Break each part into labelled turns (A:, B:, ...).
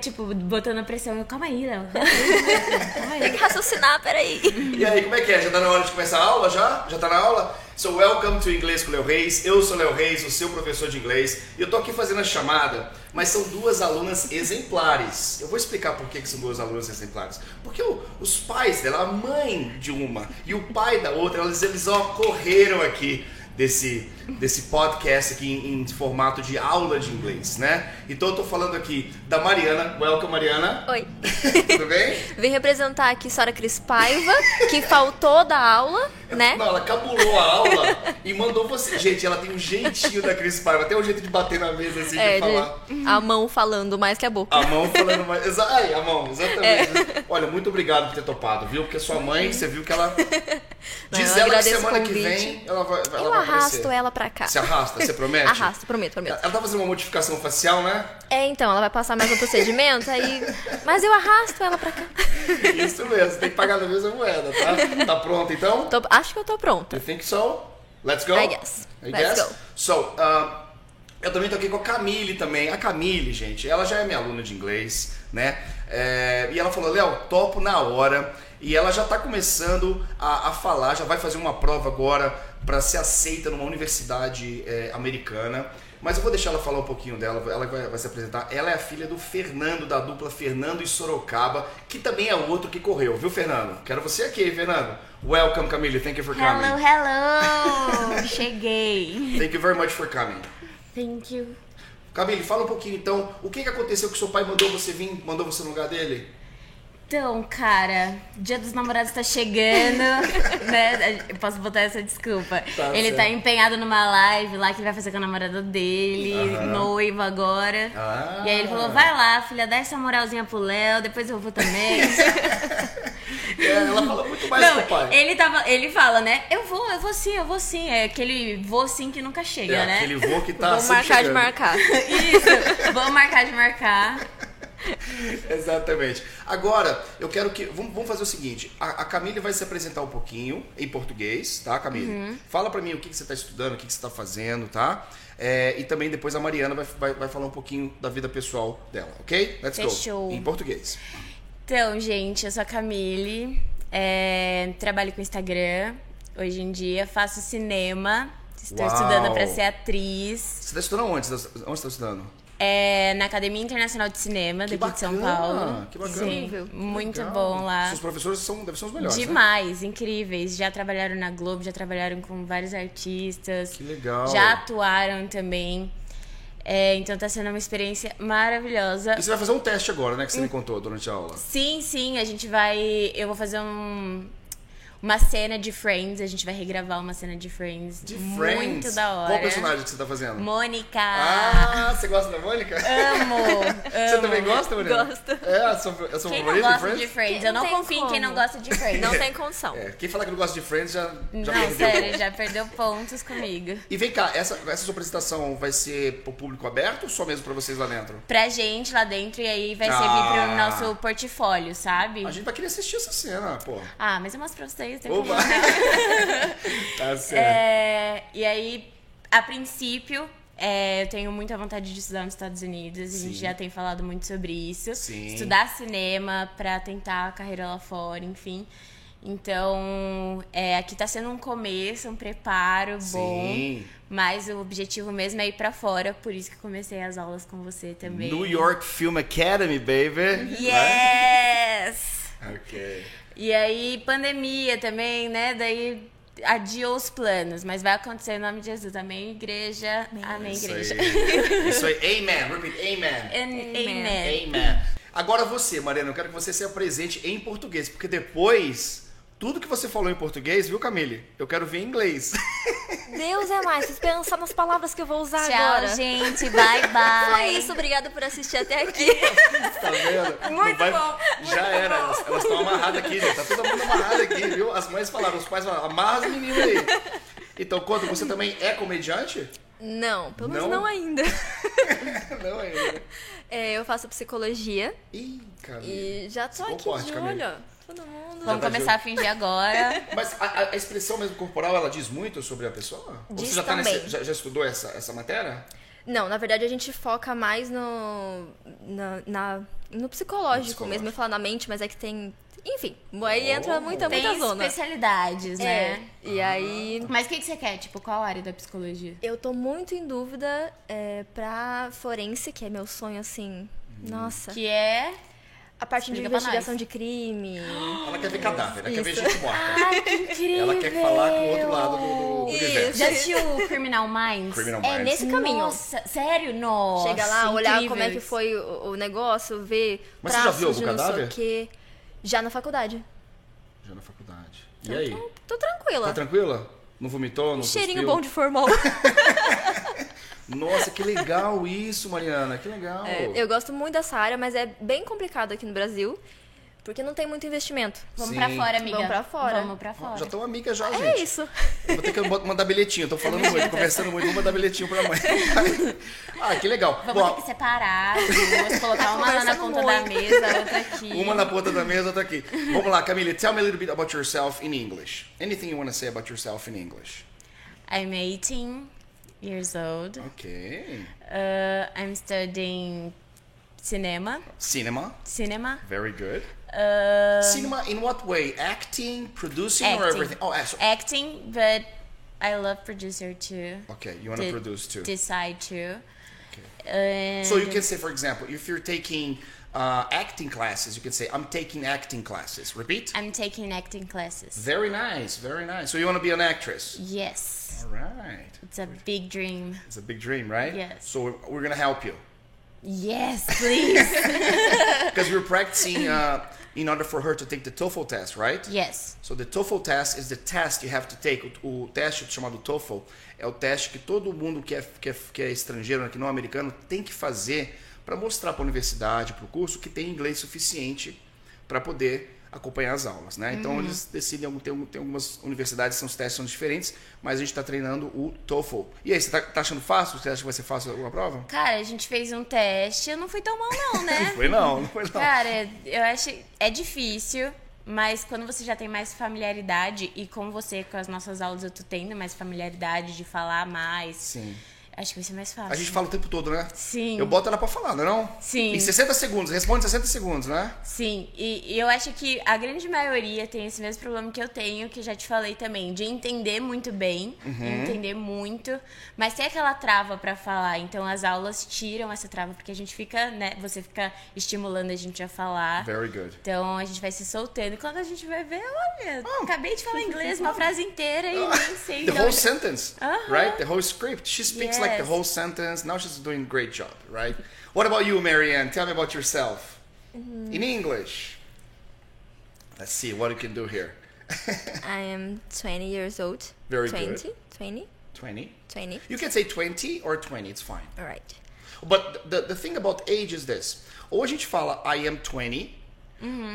A: tipo, botando a pressão. Eu, calma aí, Léo. Calma
B: Tem
A: aí.
B: que raciocinar, peraí.
C: E aí, como é que é? Já tá na hora de começar a aula já? Já tá na aula? So, welcome to Inglês com Léo Reis. Eu sou Léo Reis, o seu professor de inglês. E eu tô aqui fazendo a chamada, mas são duas alunas exemplares. Eu vou explicar por que, que são duas alunas exemplares. Porque o- os pais dela, a mãe de uma e o pai da outra, eles, eles ó, correram aqui desse, desse podcast aqui em, em formato de aula de inglês, né? Então eu tô falando aqui da Mariana. Welcome, Mariana.
B: Oi.
C: Tudo bem?
B: Vim representar aqui Sora Cris Paiva, que faltou da aula, né?
C: Não, ela cabulou a aula e mandou você. Gente, ela tem um jeitinho da Cris Paiva, até um jeito de bater na mesa assim,
B: É,
C: de falar. Ah,
B: de- a mão falando mais que a boca.
C: A mão falando mais. Exa... Ai, a mão, exatamente.
B: É.
C: Olha, muito obrigado por ter topado, viu? Porque sua mãe, você viu que ela.
B: Não,
C: Diz
B: eu
C: ela que
B: agradeço o
C: semana que
B: convite.
C: vem ela vai. Ela
B: Eu
C: vai
B: arrasto
C: aparecer.
B: ela pra cá.
C: Você arrasta, você promete?
B: Arrasto, prometo, prometo.
C: Ela tá fazendo uma modificação facial, né?
B: É, então, ela vai passar mais um procedimento, aí. Mas eu arrasto ela pra cá.
C: Isso mesmo, tem que pagar na mesma moeda, tá? Tá pronta então?
B: Tô- acho que eu tô pronta.
C: You think so? Let's go?
B: I guess.
C: I
B: Let's
C: guess?
B: go.
C: So, ah, eu também tô aqui com a Camille também. A Camille, gente, ela já é minha aluna de inglês, né? É, e ela falou, Léo, topo na hora. E ela já tá começando a, a falar, já vai fazer uma prova agora para ser aceita numa universidade é, americana. Mas eu vou deixar ela falar um pouquinho dela, ela vai, vai se apresentar. Ela é a filha do Fernando, da dupla Fernando e Sorocaba, que também é outro que correu, viu, Fernando? Quero você aqui, Fernando. Welcome, Camille. Thank you for coming.
A: Hello, hello. Cheguei.
C: Thank you very much for coming.
A: Thank you.
C: Camille, fala um pouquinho então, o que, que aconteceu que seu pai mandou você vir, mandou você no lugar dele?
A: Então, cara, Dia dos Namorados tá chegando, né? Eu posso botar essa desculpa.
C: Tá
A: ele tá
C: certo.
A: empenhado numa live lá que ele vai fazer com a namorada dele,
C: Aham.
A: noivo agora.
C: Ah.
A: E aí ele falou: vai lá, filha, dá essa moralzinha pro Léo, depois eu vou também.
C: É, ela fala muito mais que o
A: Não,
C: pai.
A: ele, tava, ele fala, né? Eu vou, eu vou sim, eu vou sim. É aquele vou sim que nunca chega,
C: é
A: né?
C: aquele vô que tá
B: Vou
C: sempre
B: marcar de
C: chegando.
B: marcar.
A: Isso, vou marcar de marcar.
C: Exatamente. Agora, eu quero que. Vamos, vamos fazer o seguinte: a, a Camille vai se apresentar um pouquinho em português, tá, Camille?
A: Uhum.
C: Fala pra mim o que, que você tá estudando, o que, que você tá fazendo, tá? É, e também depois a Mariana vai, vai, vai falar um pouquinho da vida pessoal dela, ok? Let's
A: Fechou.
C: go. Em português.
A: Então, gente, eu sou a Camille, é, trabalho com Instagram hoje em dia, faço cinema, estou
C: Uau.
A: estudando para ser atriz
C: Você tá estudando onde? Você tá- Onde você tá estudando?
A: é, na Academia Internacional de Cinema
C: Que
A: daqui de São
C: bacana,
A: Paulo.
C: que bacana.
A: Sim,
B: Incrível.
A: muito
C: Legal.
A: bom lá.
C: Seus professores são, devem ser os melhores. né?
A: Demais, incríveis. Já trabalharam na Globo, já trabalharam com vários artistas.
C: Que legal.
A: Já atuaram também. É, então tá sendo uma experiência maravilhosa.
C: E você vai fazer um teste agora, né? Que você me contou durante a aula.
A: Sim, sim, a gente vai. Eu vou fazer um. Uma cena de Friends, a gente vai regravar uma cena de Friends.
C: De
A: muito
C: Friends.
A: da hora.
C: Qual personagem que você tá fazendo?
A: Mônica!
C: Ah, você gosta da Mônica?
A: Amo!
C: Você
A: amo.
C: também gosta, Mônica?
B: Gosto.
C: É, a sua, a sua
A: Quem não
C: favorita de
A: gosta
C: Friends?
A: de Friends?
B: Quem
A: Eu não
B: não tem
A: confio em quem não
B: como.
A: gosta de Friends.
B: Não tem condição.
C: É, quem fala que não gosta de Friends já, já
A: Não,
C: perdeu.
A: sério, já perdeu pontos comigo.
C: E vem cá, essa, essa sua apresentação vai ser pro público aberto ou só mesmo pra vocês lá dentro?
A: Pra gente lá dentro e aí vai
C: Ah.
A: servir pro nosso portfólio, sabe?
C: A gente vai querer assistir essa cena, pô.
A: Ah, mas eu mostro pra vocês, tem
C: Opa!
A: problema.
C: tá certo.
A: É, e aí, a princípio, é, eu tenho muita vontade de estudar nos Estados Unidos. A gente
C: Sim.
A: já tem falado muito sobre isso.
C: Sim.
A: Estudar cinema pra tentar a carreira lá fora, enfim. Então, é, aqui tá sendo um começo, um preparo bom.
C: Sim.
A: Mas o objetivo mesmo é ir pra fora. Por isso que eu comecei as aulas com você também.
C: New York Film Academy, baby. né?
A: Yes!
C: Ok.
A: E aí, pandemia também, né? Daí adiou os planos, mas vai acontecer em nome de Jesus. Amém, igreja. Amém,
C: Isso aí.
A: igreja.
C: Isso aí. Amen. Repeat. Amen.
A: And-
B: Amen.
A: Amen.
C: Amen. Agora você, Mariana, eu quero que você se apresente em português, porque depois, tudo que você falou em português, viu, Camille? Eu quero ver em inglês.
B: Deus é mais, preciso pensar nas palavras que eu vou usar
A: Tchau,
B: agora.
A: gente. Bye,
B: Foi
A: bye.
B: isso, obrigada por assistir até aqui.
C: Tá
A: Muito
C: vendo? Não vai-
A: bom, muito
C: Já era.
A: bom.
C: Elas estão amarradas aqui, gente. Tá todo mundo amarrado aqui, viu? As mães falaram, os pais falaram, amarra as meninas aí. Então, conta, você também é comediante?
B: Não, pelo menos
C: Não?
B: não ainda.
C: Não ainda.
B: É, eu faço psicologia
C: Ih, Camille.
B: e já tô
C: Bom
B: aqui
C: corte,
B: de
C: Camille.
B: olho, ó. Todo mundo.
A: Vamos
C: tá
A: começar a fingir agora.
C: Mas a, a- a expressão mesmo corporal, ela diz muito sobre a pessoa? Ou
B: Diz
C: você já, tá nesse-
B: também.
C: já, já estudou essa, essa matéria?
B: Não, na verdade a gente foca mais no. na, na- no psicológico,
C: Psicológico.
B: mesmo, eu ia falar na mente, mas é que tem. Enfim, aí entra
C: Oh.
B: muita,
A: Tem
B: muita zona.
A: especialidades,
B: É,
A: né?
B: e aí.
A: Mas o que, que você quer? Tipo, qual área da psicologia?
B: Eu tô muito em dúvida é, pra forense, que é meu sonho,
C: Hum.
B: assim. Nossa.
A: Que é.
B: A parte de
A: Explica pra
B: investigação de crime.
C: Ela quer ver cadáver, ela quer ver
B: Isso.
C: gente morta.
A: Ai, que incrível!
C: Ela quer falar com o outro lado do, do
B: Isso.
C: universo.
A: Já assistiu Criminal Minds?
C: Criminal
B: É
C: Minds.
B: nesse caminho.
A: Nossa, sério? Nossa.
B: Chega lá, olhar
A: incrível
B: como é que
A: isso.
B: foi o, o negócio, ver
C: Mas você já
B: traços
C: viu algum
B: de não sei
C: cadáver?
B: o quê. Já na faculdade.
C: Já na faculdade. E aí?
B: Então, tô
C: Tá
B: tranquila.
C: tranquila? Não vomitou? Não
B: Cheirinho
C: cuspiu?
B: bom de formal.
C: Nossa, que legal isso, Mariana. Que legal.
B: É, eu gosto muito dessa área, mas é bem complicado aqui no Brasil, porque não tem muito investimento.
A: Vamos
C: Sim.
A: pra fora, amiga.
B: Vamos pra fora.
A: Vamos pra
C: Ó,
A: fora.
C: Já estão amigas já,
B: É
C: gente.
B: isso.
C: Eu Vou ter que bot- mandar bilhetinho. Tô falando muito, conversando muito. Vou mandar bilhetinho pra mãe. ah, que legal.
A: Vamos
C: Bom,
A: ter que separar as duas, colocar uma lá na
B: conversando
A: ponta
B: muito.
A: da mesa, outra aqui.
C: Uma na ponta da mesa, outra aqui. Vamos lá, Camille. Tell me a little bit about yourself in English. Anything you want to say about yourself in English.
A: I'm 18 years old.
C: Okay.
A: Uh, I'm studying cinema.
C: Cinema.
A: Cinema.
C: Very good.
A: Uh,
C: Cinema in what way? Acting, producing, or
A: Acting.
C: everything? Oh, acting.
A: acting, but I love producer too.
C: Okay, you want to
A: De-
C: produce too.
A: Decide to.
C: So you can say, for example, if you're taking uh, acting classes, you can say, I'm taking acting classes. Repeat.
A: I'm taking acting classes.
C: Very nice, very nice. So you want to be an actress?
A: Yes,
C: All right.
A: it's a big dream.
C: It's a big dream, right?
A: Yes.
C: So we're, we're going to help you.
A: Yes, please.
C: Because we're practicing uh, in order for her to take the TOEFL test, right?
A: yes.
C: So the TOEFL test is the test you have to take. O, o teste chamado TOEFL é o teste que todo mundo que é, que é, que é estrangeiro, né, que não é americano, tem que fazer para mostrar para a universidade, para o curso, que tem inglês suficiente para poder acompanhar as aulas, né? Então eles decidem, algum- tem, algum- tem algumas universidades, são os testes são diferentes, mas a gente está treinando o TOEFL. E aí, você tá, tá achando fácil? Você acha que vai ser fácil alguma prova?
A: Cara, a gente fez um teste. Eu não fui tão mal, não, né?
C: Foi não, não foi não.
A: Cara, eu acho. É difícil, mas quando você já tem mais familiaridade, e com você, com as nossas aulas, eu tô tendo mais familiaridade de falar mais.
C: Sim.
A: Acho que vai ser mais fácil.
C: A gente fala o tempo todo, né?
A: Sim.
C: Eu boto ela pra falar, não é não?
A: Sim.
C: Em 60 segundos, responde em 60 segundos, né?
A: Sim, e, e eu acho que a grande maioria tem esse mesmo problema que eu tenho, que já te falei também, de entender muito bem,
C: Uhum.
A: entender muito, mas tem aquela trava pra falar. Então as aulas tiram essa trava, porque a gente fica, né? Você fica estimulando a gente a falar.
C: Very good.
A: Então a gente vai se soltando. E quando a gente vai ver,
C: Ah,
A: olha, acabei de falar inglês uma frase inteira e nem sei.
C: the
A: de
C: whole
A: onde-
C: sentence, right? The whole script. She speaks like the
A: Yes.
C: whole sentence. Now she's doing a great job, right? What about you, Marianne? Tell me about yourself in English. Let's see what you can do here.
B: I am 20 years old.
C: Very
B: 20,
C: good.
B: 20,
C: 20.
B: 20.
C: You can say 20 or 20, it's fine.
B: All right.
C: But the, the thing about age is this. Ou a gente fala I am 20,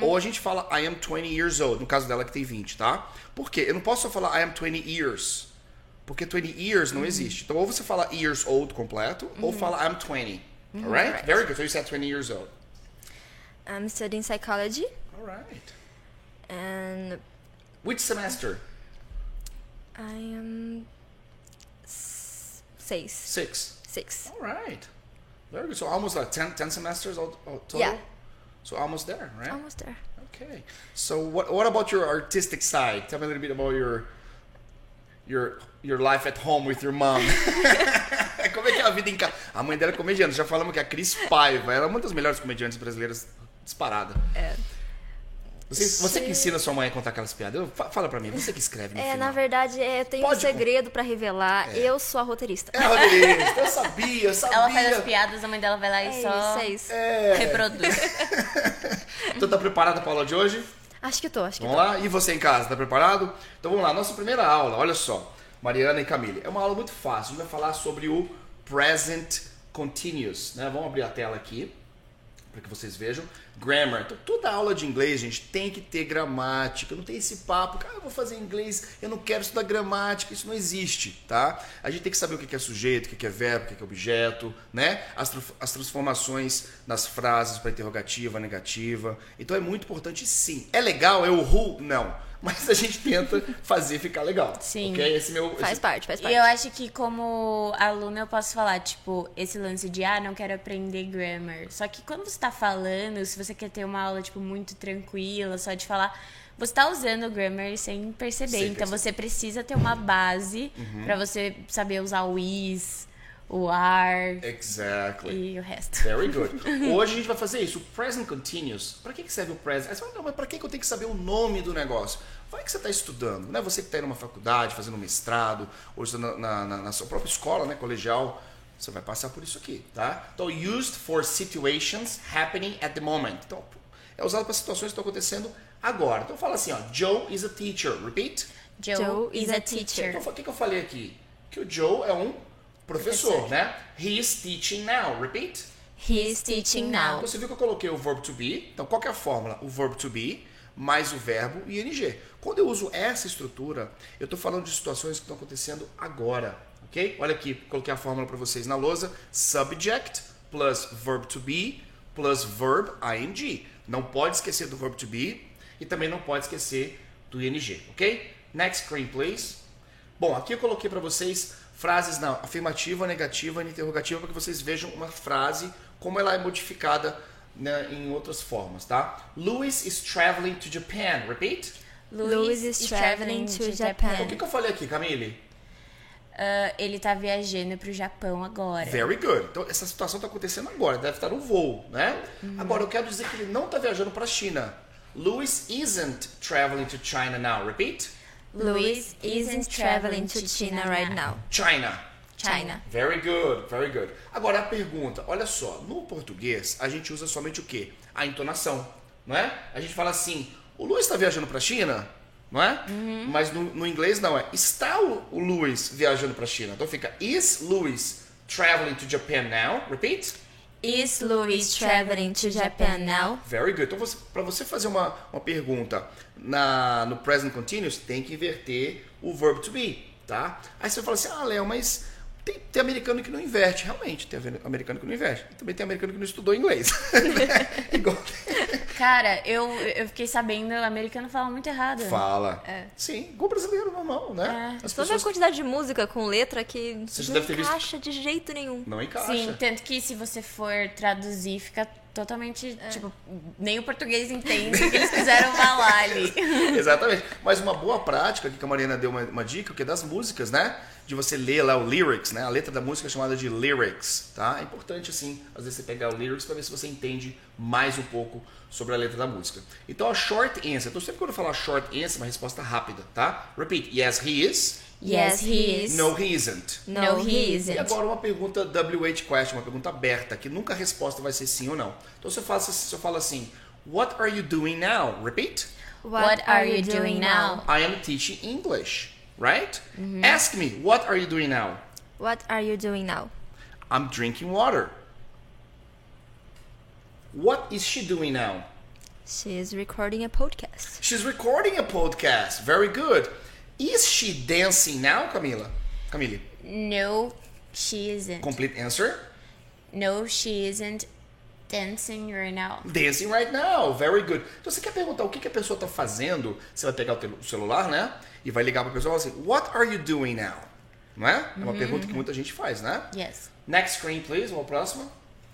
C: ou a gente fala I am 20 years old, no caso dela que tem 20, tá? Por quê? Eu não posso só falar I am 20 years, porque 20 years não existe. Então ou você fala years old completo, ou fala I am 20. Alright? Very good. So you said 20 years old.
B: I'm studying psychology
C: Alright.
B: and
C: Which semester?
B: I am s- seis.
C: Six.
B: Six.
C: Alright. Very good. So almost like 10, 10 semesters all, all total?
B: Yeah.
C: So almost there, right?
B: Almost there.
C: Okay. So what what about your artistic side? Tell me a little bit about your your your life at home with your mom. Como é que é a vida em casa? A mãe dela é comediante, já falamos que a Cris Paiva, ela é uma das melhores comediantes brasileiras disparada.
B: É.
C: Você, você que
B: Sim.
C: ensina sua mãe a contar aquelas piadas, eu- fa- fala pra mim, você que escreve no
B: É,
C: final.
B: na verdade, é, eu tenho
C: Pode
B: um
C: con-
B: segredo pra revelar. Eu sou a roteirista.
C: É, roteirista, eu sabia, eu sabia.
A: Ela faz as piadas, a mãe dela vai lá e
B: É
A: só
B: isso, é isso.
C: É.
A: reproduz.
C: Então tá preparada pra aula de hoje?
B: Acho que tô, acho que
C: Vamos lá? E você em casa, tá preparado? Então vamos lá, nossa primeira aula, olha só, Mariana e Camille. É uma aula muito fácil, a gente vai falar sobre o present continuous, né? Vamos abrir a tela aqui para que vocês vejam. Grammar. Então, toda aula de inglês, gente, tem que ter gramática. Não tem esse papo, cara, eu vou fazer inglês, eu não quero estudar gramática. Isso não existe, tá? A gente tem que saber o que que é sujeito, o que que é verbo, o que que é objeto, né? As, tru- as transformações nas frases para interrogativa, negativa. Então, é muito importante, sim. É legal? É o who? Não. mas a gente tenta fazer ficar legal.
A: Sim.
C: ok? Esse meu,
B: Faz
C: esse-
B: parte, faz
A: E
B: parte.
A: eu acho que como aluna eu posso falar, tipo, esse lance de ah, não quero aprender grammar. Só que quando você tá falando, se você quer ter uma aula, tipo, muito tranquila, só de falar, você tá usando o grammar sem perceber.
C: Sem
A: então
C: perceber. Uhum.
A: você precisa ter uma base pra você saber usar o is, o are
C: Exactly.
A: e o resto.
C: Very good. Hoje a gente vai fazer isso. O present continuous. Pra que, que serve o present? Aí você fala, não, mas pra que, que eu tenho que saber o nome do negócio? Vai que você está estudando, né? Você que está indo numa faculdade, fazendo um mestrado, ou estudando na, na- na sua própria escola, né? Colegial. Você vai passar por isso aqui, tá? Então, used for situations happening at the moment. Então, é usado para situações que estão acontecendo agora. Então, fala assim, ó. Joe is a teacher. Repeat.
A: Joe, is a teacher.
C: Então, o que, que eu falei aqui? Que o Joe é um professor, né? He is teaching now. Repeat.
B: He's teaching now.
C: Você viu que eu coloquei o verbo to be. Então, qual que é a fórmula? O verbo to be mais o verbo e ing. Quando eu uso essa estrutura, eu estou falando de situações que estão acontecendo agora, ok? Olha aqui, coloquei a fórmula para vocês na lousa. Subject plus verb to be plus verb ing. Não pode esquecer do verbo to be e também não pode esquecer do ing, ok? Next screen, please. Bom, aqui eu coloquei para vocês frases na afirmativa, negativa e interrogativa para que vocês vejam uma frase como ela é modificada né, em outras formas, tá? Louis is traveling to Japan. Repeat. Então,
B: Louis is traveling to Japan.
C: O que, que eu falei aqui, Camille?
A: Ah, ele tá viajando pro Japão agora.
C: Very good. Então essa situação tá acontecendo agora, deve estar no voo, né? Agora eu quero dizer que ele não tá viajando para China. Louis isn't traveling to China now. Repeat.
B: Louis isn't traveling to China right now.
C: China.
B: China.
C: Very good, very good. Agora a pergunta, olha só, no português a gente usa somente o quê? A entonação, não é? A gente fala assim, o Luiz está viajando para a China, não é? Mas no, no inglês não é. Está o, o Luiz viajando para a China. Então fica Is Luiz traveling to Japan now? Repeat.
B: Is Louis traveling to Japan now?
C: Very good. Então, você, para você fazer uma, uma pergunta na, no present continuous, tem que inverter o verbo to be, tá? Aí você fala assim, ah, Léo, mas tem, tem americano que não inverte. Realmente, tem americano que não inverte. E também tem americano que não estudou inglês. Igual...
A: Cara, eu, eu fiquei sabendo, o americano fala muito errado.
C: Fala. Sim, igual brasileiro normal, né? As
B: Só vê a
C: pessoas
B: quantidade de música com letra que
C: Você já
B: não
C: deve ter visto.
B: encaixa de jeito nenhum.
C: não encaixam.
A: Sim, tanto que se você for traduzir, fica totalmente,
B: É.
A: tipo, nem o português entende o que eles quiseram falar ali.
C: Exatamente. Mas uma boa prática, aqui que a Mariana deu uma, uma dica, que é das músicas, né? De você ler lá o lyrics, né? A letra da música é chamada de lyrics, tá? É importante, assim, às vezes você pegar o lyrics pra ver se você entende mais um pouco sobre a letra da música. Então, a short answer. Então, sempre quando eu falar short answer, é uma resposta rápida, tá? Repeat. Yes, he is.
B: Yes, he is.
C: No, he isn't.
B: No, he
C: E
B: isn't.
C: agora uma pergunta WH question, uma pergunta aberta, que nunca a resposta vai ser sim ou não. Então, se eu faço- se eu falo assim, What are you doing now? Repeat.
A: What are you doing now?
C: I am teaching English, right? Ask me, what are you doing now?
B: What are you doing now?
C: I'm drinking water. What is she doing now?
B: She is recording a podcast.
C: She's recording a podcast. Very good. Is she dancing now, Camila? Camille,
A: No, she isn't.
C: complete answer.
A: No, she isn't dancing right now.
C: Dancing right now. Very good. Então você quer perguntar o que, que a pessoa está fazendo? Você vai pegar o teu- o celular, né? E vai ligar para a pessoa e falar assim: What are you doing now? Não é? É uma pergunta que muita gente faz, né?
A: Yes.
C: Next screen, please. Vamos ao próximo.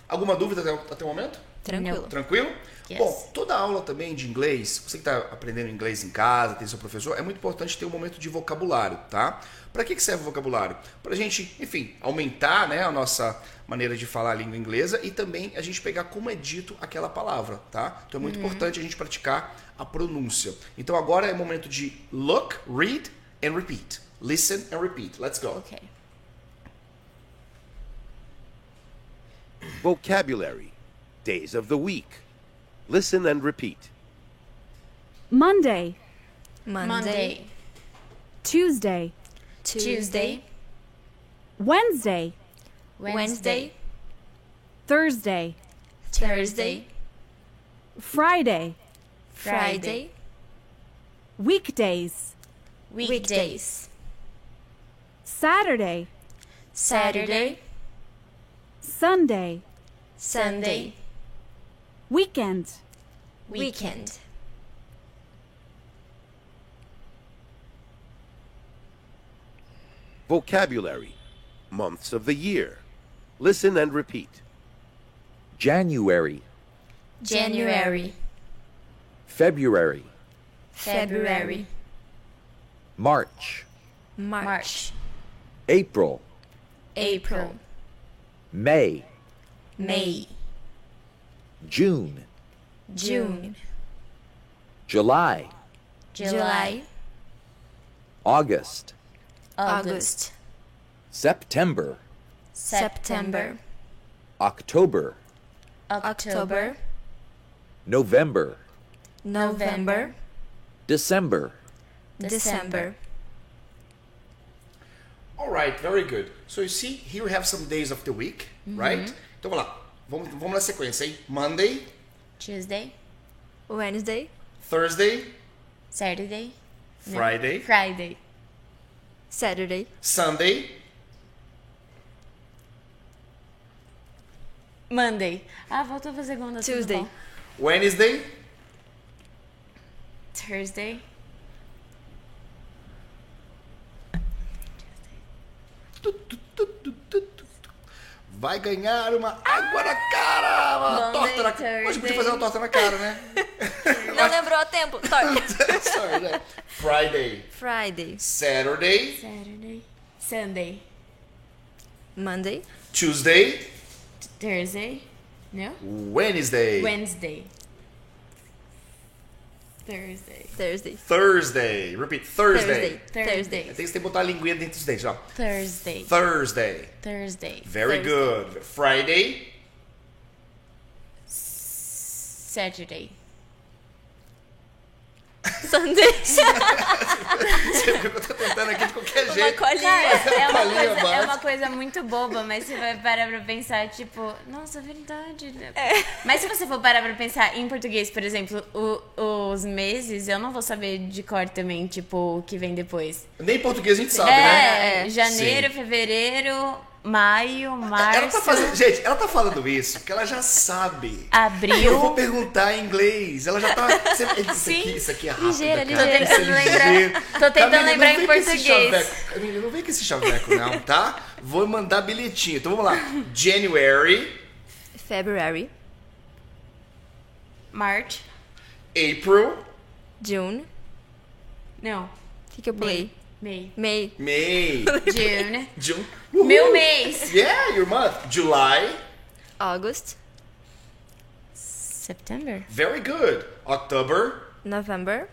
C: Alguma dúvida até, o- até o momento?
B: Tranquilo.
C: Tranquilo?
A: Yes.
C: Bom, toda aula também de inglês, você que está aprendendo inglês em casa, tem seu professor, é muito importante ter um momento de vocabulário, tá? Para que que serve o vocabulário? Para a gente, enfim, aumentar né, a nossa maneira de falar a língua inglesa e também a gente pegar como é dito aquela palavra, tá? Então é muito importante a gente praticar a pronúncia. Então agora é o momento de look, read and repeat. Listen and repeat. Let's go.
A: Okay.
D: Vocabulary Days of the Week. Listen and repeat.
E: Monday,
B: Monday,
A: Monday,
E: Tuesday,
B: Tuesday,
E: Wednesday,
B: Wednesday,
E: Thursday,
B: Thursday,
E: Friday,
B: Friday,
E: weekdays,
B: weekdays,
E: Saturday,
B: Saturday,
E: Sunday,
B: Sunday,
E: weekend,
B: weekend,
D: Vocabulary. Months of the year. Listen and repeat.
F: January,
A: January,
F: February,
A: February,
F: March,
B: March,
A: March,
F: April,
A: April,
F: May,
A: May,
F: June,
A: June,
F: July,
A: July,
F: August,
A: August,
F: September,
A: September,
F: October,
A: October,
F: November,
A: November,
F: December.
A: December.
C: All right, very good. So you see, here we have some days of the week, right? Então vamos lá. Vamos, vamos na sequência, hein? Monday,
A: Tuesday,
B: Wednesday,
C: Thursday,
A: Saturday,
C: Friday,
A: Friday,
B: Saturday,
C: Sunday,
A: Monday. Ah, voltou pra segunda. tudo
B: Tuesday.
A: bom.
C: Wednesday,
A: Thursday.
C: vai ganhar uma água na cara! Uma
A: Monday,
C: torta na cara. Hoje podia fazer uma torta na cara, né?
B: Não lembrou a tempo. Sorry.
C: Sorry, né? Friday,
B: Friday,
C: Saturday,
A: Saturday. Sunday.
B: Monday,
C: Tuesday,
A: Thursday. No?
C: Wednesday,
A: Wednesday. Thursday.
B: Thursday,
C: Thursday. Repeat, Thursday.
B: Thursday,
A: Thursday.
C: Tem que você botar a linguinha dentro dos dentes, ó.
A: Thursday.
C: Thursday.
A: Thursday.
C: Very good. Friday,
A: Saturday.
B: Sunday.
C: eu tô tentando aqui de qualquer
B: Uma
C: jeito.
B: colinha.
A: É uma,
C: Valeu,
A: coisa, é
C: Marcos.
A: uma coisa muito boba, mas você vai parar pra pensar, tipo, nossa, é verdade. né? Mas se você for parar pra pensar em português, por exemplo, o- os meses, eu não vou saber de cor também, tipo, o que vem depois.
C: Nem português a gente sabe, né?
A: É,
B: é.
A: janeiro,
C: Sim.
A: fevereiro, maio,
C: Ela
A: março,
C: tá fazendo, gente, ela tá falando isso porque ela já sabe. Eu vou
A: abril.
C: perguntar em inglês. Ela já tá. Isso aqui,
A: Sim.
C: isso aqui é rápido.
B: Ligeira,
C: cara.
B: ligeira.
C: Isso
A: Tô
C: é
A: tentando
C: ligeiro.
A: lembrar- tô tentando
C: Camila, não
A: lembrar
C: vem
A: em
C: com esse
A: português.
C: chaveco. Camila, não vem com esse chaveco, não, tá? Vou mandar bilhetinho. Então vamos lá. January,
B: February,
A: March.
C: April,
B: June,
A: Não.
B: o que, que eu pulei?
A: May.
B: May,
C: May, Uh!
A: June.
C: June.
A: Meu mês.
C: Yeah, your month. July,
B: August,
A: September.
C: very good. October,
B: November,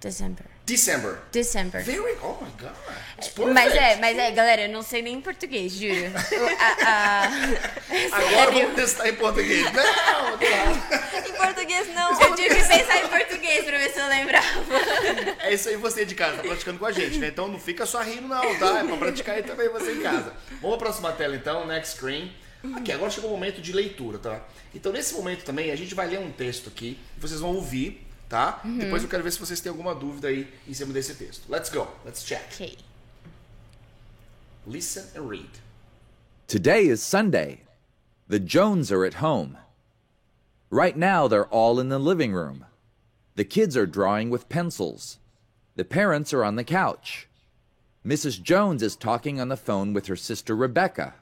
A: December.
C: December.
A: December.
C: Very, oh my god. It's perfect.
A: Mas é, mas é, galera, eu não sei nem em português, juro. O- a- a-
C: Agora vamos testar em português. Não, não.
B: Em português, não.
A: Eu tive que pensar em português pra ver se eu lembrava.
C: É isso aí, você de casa tá praticando com a gente, né? Então não fica só rindo, não, tá? É pra praticar aí também você em casa. Vamos pra próxima tela então, next screen. Aqui, agora chegou o momento de leitura, tá? Então nesse momento também a gente vai ler um texto aqui, vocês vão ouvir, tá?
A: Uhum.
C: Depois eu quero ver se vocês têm alguma dúvida aí em cima desse texto. Let's go, let's check.
A: Ok.
C: Listen and read.
F: Today is Sunday. The Jones are at home. Right now, they're all in the living room. The kids are drawing with pencils. The parents are on the couch. Mrs. Jones is talking on the phone with her sister Rebecca.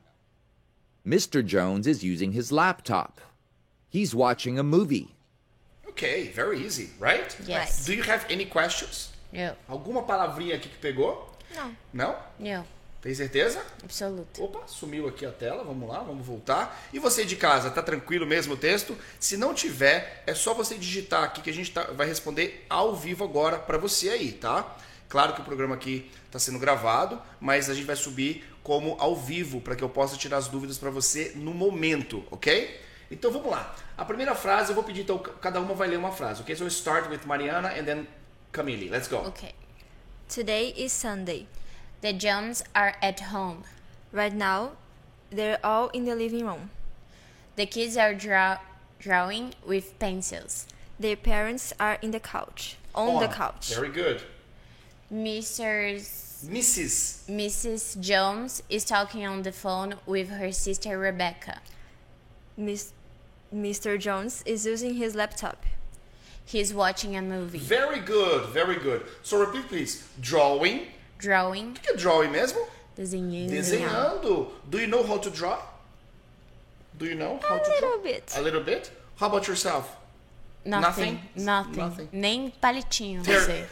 F: Mr. Jones is using his laptop. He's watching a movie.
C: Okay, very easy, right?
A: Yes.
C: Do you have any questions?
A: Não,
C: Alguma palavrinha aqui que pegou?
B: Não.
C: Não?
A: não,
C: Tem certeza?
A: absoluto.
C: Opa, sumiu aqui a tela, vamos lá, vamos voltar. E você de casa, tá tranquilo mesmo o texto? Se não tiver, é só você digitar aqui que a gente tá- vai responder ao vivo agora pra você aí, tá? Claro que o programa aqui tá sendo gravado, mas a gente vai subir como ao vivo pra que eu possa tirar as dúvidas pra você no momento, ok? Então vamos lá. A primeira frase, eu vou pedir então cada uma vai ler uma frase, ok? So start with Mariana and then Camille. Let's go.
A: Ok.
B: Today is Sunday.
A: The Jones are at home.
B: Right now, they're all in the living room.
A: The kids are draw drawing with pencils.
B: Their parents are in the couch. On the couch.
C: Very good.
A: Mrs.
C: Mrs.
A: Mrs. Jones is talking on the phone with her sister Rebecca.
B: Miss, Mr. Jones is using his laptop.
A: He's watching a movie.
C: Very good, very good. So repeat please. Drawing.
A: Drawing,
C: Que é drawing mesmo?
A: Desenhando.
C: Desenhando. Do you know how to draw? Do you know how
B: A
C: to
B: little
C: draw?
B: bit.
C: A little bit? How about yourself?
A: Nothing. Nothing.
C: Nothing. Nothing.
A: Nem palitinho,
C: Ter-
A: você.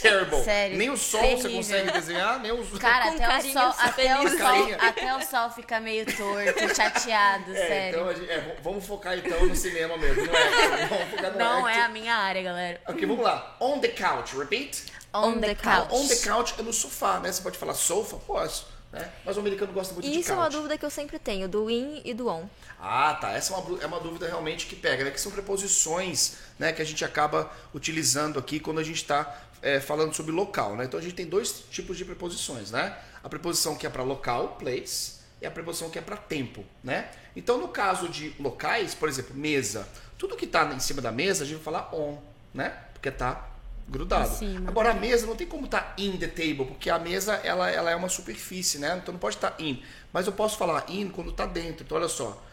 C: Terrible.
A: Sério,
C: Nem o sol você
A: terrível.
C: consegue desenhar, nem o sol.
A: Cara,
B: Com
A: até o,
B: carinha,
A: sol,
B: sou
A: até, o
B: feliz.
A: sol,
C: Carinha.
A: até o sol fica meio torto, chateado,
C: é,
A: sério.
C: então a gente- é, v- vamos focar então no cinema mesmo. Não é, vamos focar no
A: Não
C: arte.
A: é a minha área, galera.
C: Ok, vamos lá. On the couch, repeat.
A: On,
B: On
A: the
B: the
A: couch.
C: On the couch é no sofá, né? Você pode falar sofa? Posso. Né? Mas o americano gosta muito
B: E
C: de
B: isso é uma
C: couch.
B: dúvida que eu sempre tenho, do in e do on.
C: Ah, tá. Essa é uma, bru- é uma dúvida realmente que pega, né? Que são preposições né? que a gente acaba utilizando aqui quando a gente está falando sobre local, né? Então a gente tem dois tipos de preposições, né? A preposição que é para local, place, e a preposição que é para tempo, né? Então no caso de locais, por exemplo, mesa, tudo que está em cima da mesa a gente vai falar on, né? Porque tá grudado.
A: Em cima.
C: Agora a mesa não tem como estar in the table, porque a mesa ela, ela é uma superfície, né? Então não pode estar in. Mas eu posso falar in quando tá dentro. Então olha só.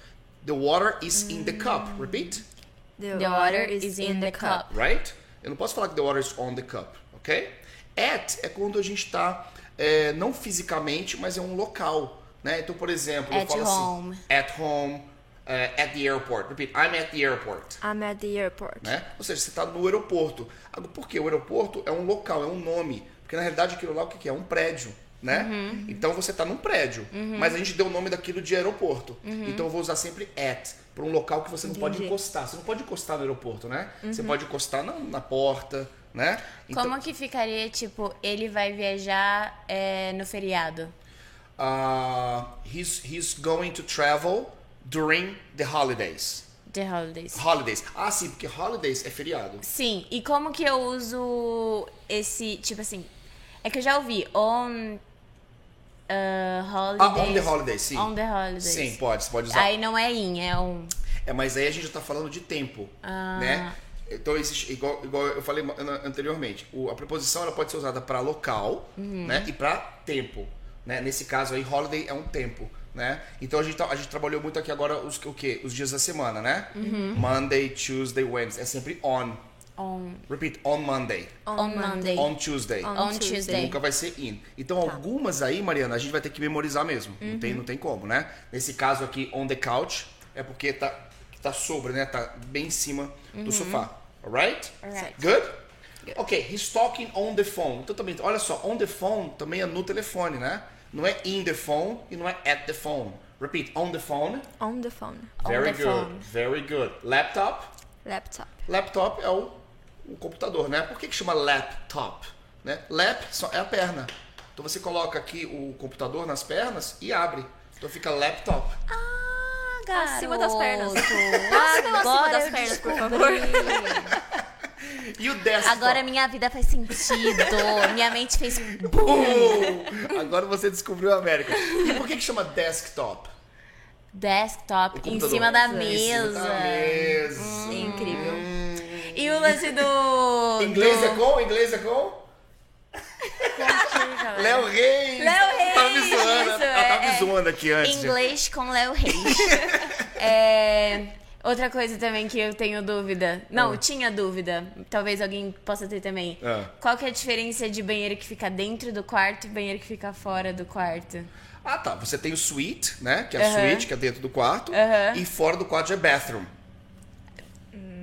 C: The water is in the
A: Hum.
C: cup. Repeat.
A: The water is in the cup.
C: Right? Eu não posso falar que the water is on the cup, ok? At é quando a gente está não fisicamente, mas é um local, né? Então, por exemplo, eu
A: At
C: falo
A: home.
C: assim, at home, eh, at the airport. Repeat, I'm at the airport.
B: I'm at the airport.
C: né? Ou seja, você está no aeroporto. Agora, Por quê? O aeroporto é um local, é um nome. Porque na realidade aquilo lá o que que é? É um prédio, né?
A: Uhum.
C: Então você está num prédio. Mas a gente deu o nome daquilo de aeroporto.
A: Uhum.
C: Então eu vou usar sempre at, para um local que você não pode encostar. Você não pode encostar no aeroporto, né? Você pode encostar na, na porta, né? Então,
A: Uhum. Como que ficaria, tipo, ele vai viajar é, no feriado?
C: ah, he's, he's going to travel during the holidays.
A: The holidays.
C: Holidays. Ah, sim, porque holidays é feriado.
A: Sim, e como que eu uso esse, tipo assim, é que eu já ouvi on uh,
C: Ah,
A: holidays.
C: on the holidays, sim.
A: On the holidays.
C: Sim, pode, você pode usar.
A: Aí não é in, é on.
C: É, mas aí a gente já tá falando de tempo,
A: Ah.
C: né? Então existe igual, igual eu falei an- anteriormente, o- a preposição ela pode ser usada para local,
A: Uhum.
C: né, e para tempo, né? Nesse caso aí holiday é um tempo, né? Então a gente, tá- a gente trabalhou muito aqui agora os o quê? Os dias da semana, né?
A: Uhum.
C: Monday, Tuesday, Wednesday, é sempre on.
A: On,
C: Repeat, on Monday,
A: on, Monday.
C: on Tuesday.
B: On
A: On
B: Tuesday.
A: Tuesday.
C: Nunca vai ser in. Então,
A: Tá.
C: algumas aí, Mariana, a gente vai ter que memorizar mesmo. Não,
A: Uhum.
C: tem, não tem como, né? Nesse caso aqui, on the couch, é porque tá, tá sobre, né? Tá bem em cima do sofá. Alright?
A: Uhum. Alright.
C: Good? Ok, he's talking on the phone. Então também, olha só, on the phone também é no telefone, né? Não é in the phone e não é at the phone. Repeat, on the phone.
B: On the phone.
A: On
C: Very
A: the
C: good.
A: phone.
C: Very good. Laptop.
B: Laptop.
C: Laptop é o, o computador, né? Por que, que chama laptop? Né? Lap só é a perna. Então você coloca aqui o computador nas pernas e abre. Então fica laptop.
A: Ah, garoto.
B: Acima das pernas.
A: Agora
B: acima das
A: eu
B: pernas, por
A: descobri.
C: E o desktop?
A: Agora é minha vida faz sentido. minha mente fez...
C: Uh! Agora você descobriu a América. E por que, que chama desktop?
A: Desktop
C: O
A: em
C: computador.
A: cima da
C: Em cima
A: mesa.
C: da mesa.
B: É Incrível.
A: E o lance do...
C: Inglês
A: Hum, do...
C: é com? Inglês é com? Léo
A: né?
C: Reis!
A: Léo Reis,
C: Tá me zoando.
A: isso,
C: Ela tá
A: é,
C: me
A: é.
C: zoando aqui antes. gente.
A: Inglês com Léo Reis. É, outra coisa também que eu tenho dúvida. Não, tinha dúvida. Talvez alguém possa ter também.
C: Ah.
A: Qual que é a diferença de banheiro que fica dentro do quarto e banheiro que fica fora do quarto?
C: Ah, tá. Você tem o suite, né? Que é a
A: Aham.
C: suite, que é dentro do quarto.
A: Aham.
C: E fora do quarto é bathroom.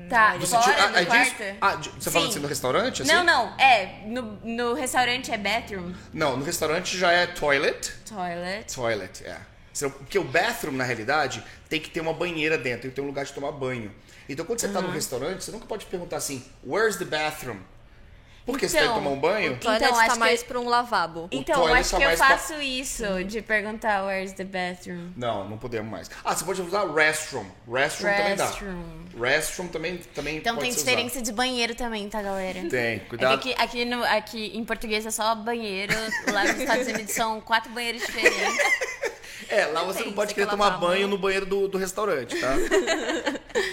A: Tá,
C: Você
A: fora
C: tira- ah,
A: do
C: é disso-
A: quarto?
C: ah, de- você falando
A: Sim.
C: assim no restaurante? Assim?
A: Não, não. É, no, no restaurante é bathroom,
C: Não, no restaurante já é toilet.
A: toilet.
C: Toilet, é. Você- Porque o bathroom, na realidade, tem que ter uma banheira dentro, tem que ter um lugar de tomar banho. Então, quando você tá no restaurante, você nunca pode perguntar assim, where's the bathroom? Porque você
A: Então,
C: vai tomar um banho?
A: Então,
B: Toilet
A: acho
B: tá
A: que-
B: mais pra um lavabo.
A: Então,
C: toilet
A: acho
C: só
A: que eu
C: mais pra-
A: faço isso, de perguntar where's the bathroom.
C: Não, não podemos mais. Ah, você pode usar restroom. Restroom, também
A: Restroom.
C: dá. Restroom também, também
A: Então
C: pode
A: tem
C: ser
A: diferença de banheiro também, tá, galera?
C: Tem,
A: É que
C: cuidado.
A: aqui, aqui, no- aqui em português é só banheiro. Lá nos Estados Unidos são quatro banheiros diferentes.
C: É, lá você não
B: Depende,
C: pode
B: você
C: querer
B: quer
C: tomar
B: lavar a
C: banho
B: mão.
C: no banheiro do, do restaurante, tá?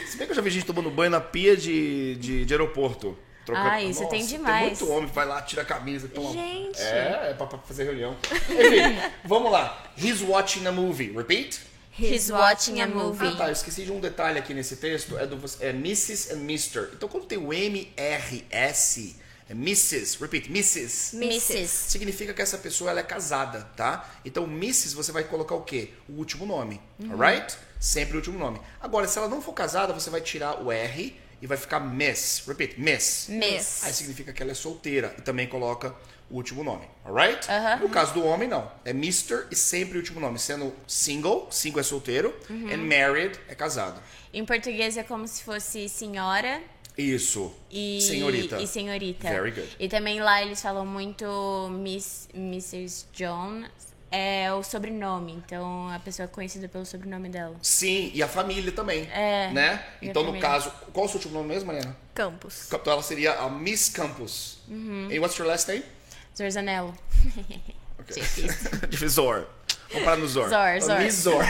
C: Se bem que eu já vi gente tomando banho na pia de, de, de aeroporto.
A: Ai, isso tem demais.
C: Tem muito homem, que vai lá, tira a camisa, toma.
B: Gente.
C: É, é pra, pra fazer reunião. Enfim, vamos lá. He's watching a movie. Repeat.
A: He's watching a movie.
C: Ah, tá, eu esqueci de um detalhe aqui nesse texto, é do é Mrs. and Mr. Então quando tem o M, R, S, É Mrs. Repeat, Mrs.
A: Mrs.
C: Significa que essa pessoa ela é casada, tá? Então, Mrs. você vai colocar o quê? O último nome,
A: Uhum.
C: alright? Sempre o último nome. Agora, se ela não for casada, você vai tirar o R e vai ficar Miss. Repeat, Miss.
A: Miss.
C: Aí significa que ela é solteira e também coloca o último nome, alright?
A: Aham.
C: No caso do homem, não. É Mr. e sempre o último nome. Sendo single, single é solteiro,
A: Uhum.
C: and married é casado.
A: Em português é como se fosse senhora
C: Isso.
A: e
C: senhorita.
A: E senhorita.
C: Very good.
A: E também lá eles falam muito Miss, Mrs. John. É o sobrenome, então a pessoa é conhecida pelo sobrenome dela.
C: Sim, e a família também.
A: É,
C: Né?
A: e a
C: Então, no
A: família.
C: caso, qual é o seu último nome mesmo, Mariana?
B: Campos.
C: Então ela seria a Miss Campus.
A: Uhum.
C: And what's your last name?
A: Zorzanello.
C: Okay. Tipo, Zor. Vamos parar no Zor.
A: Zor,
C: A
A: Zor.
C: Miss Zor.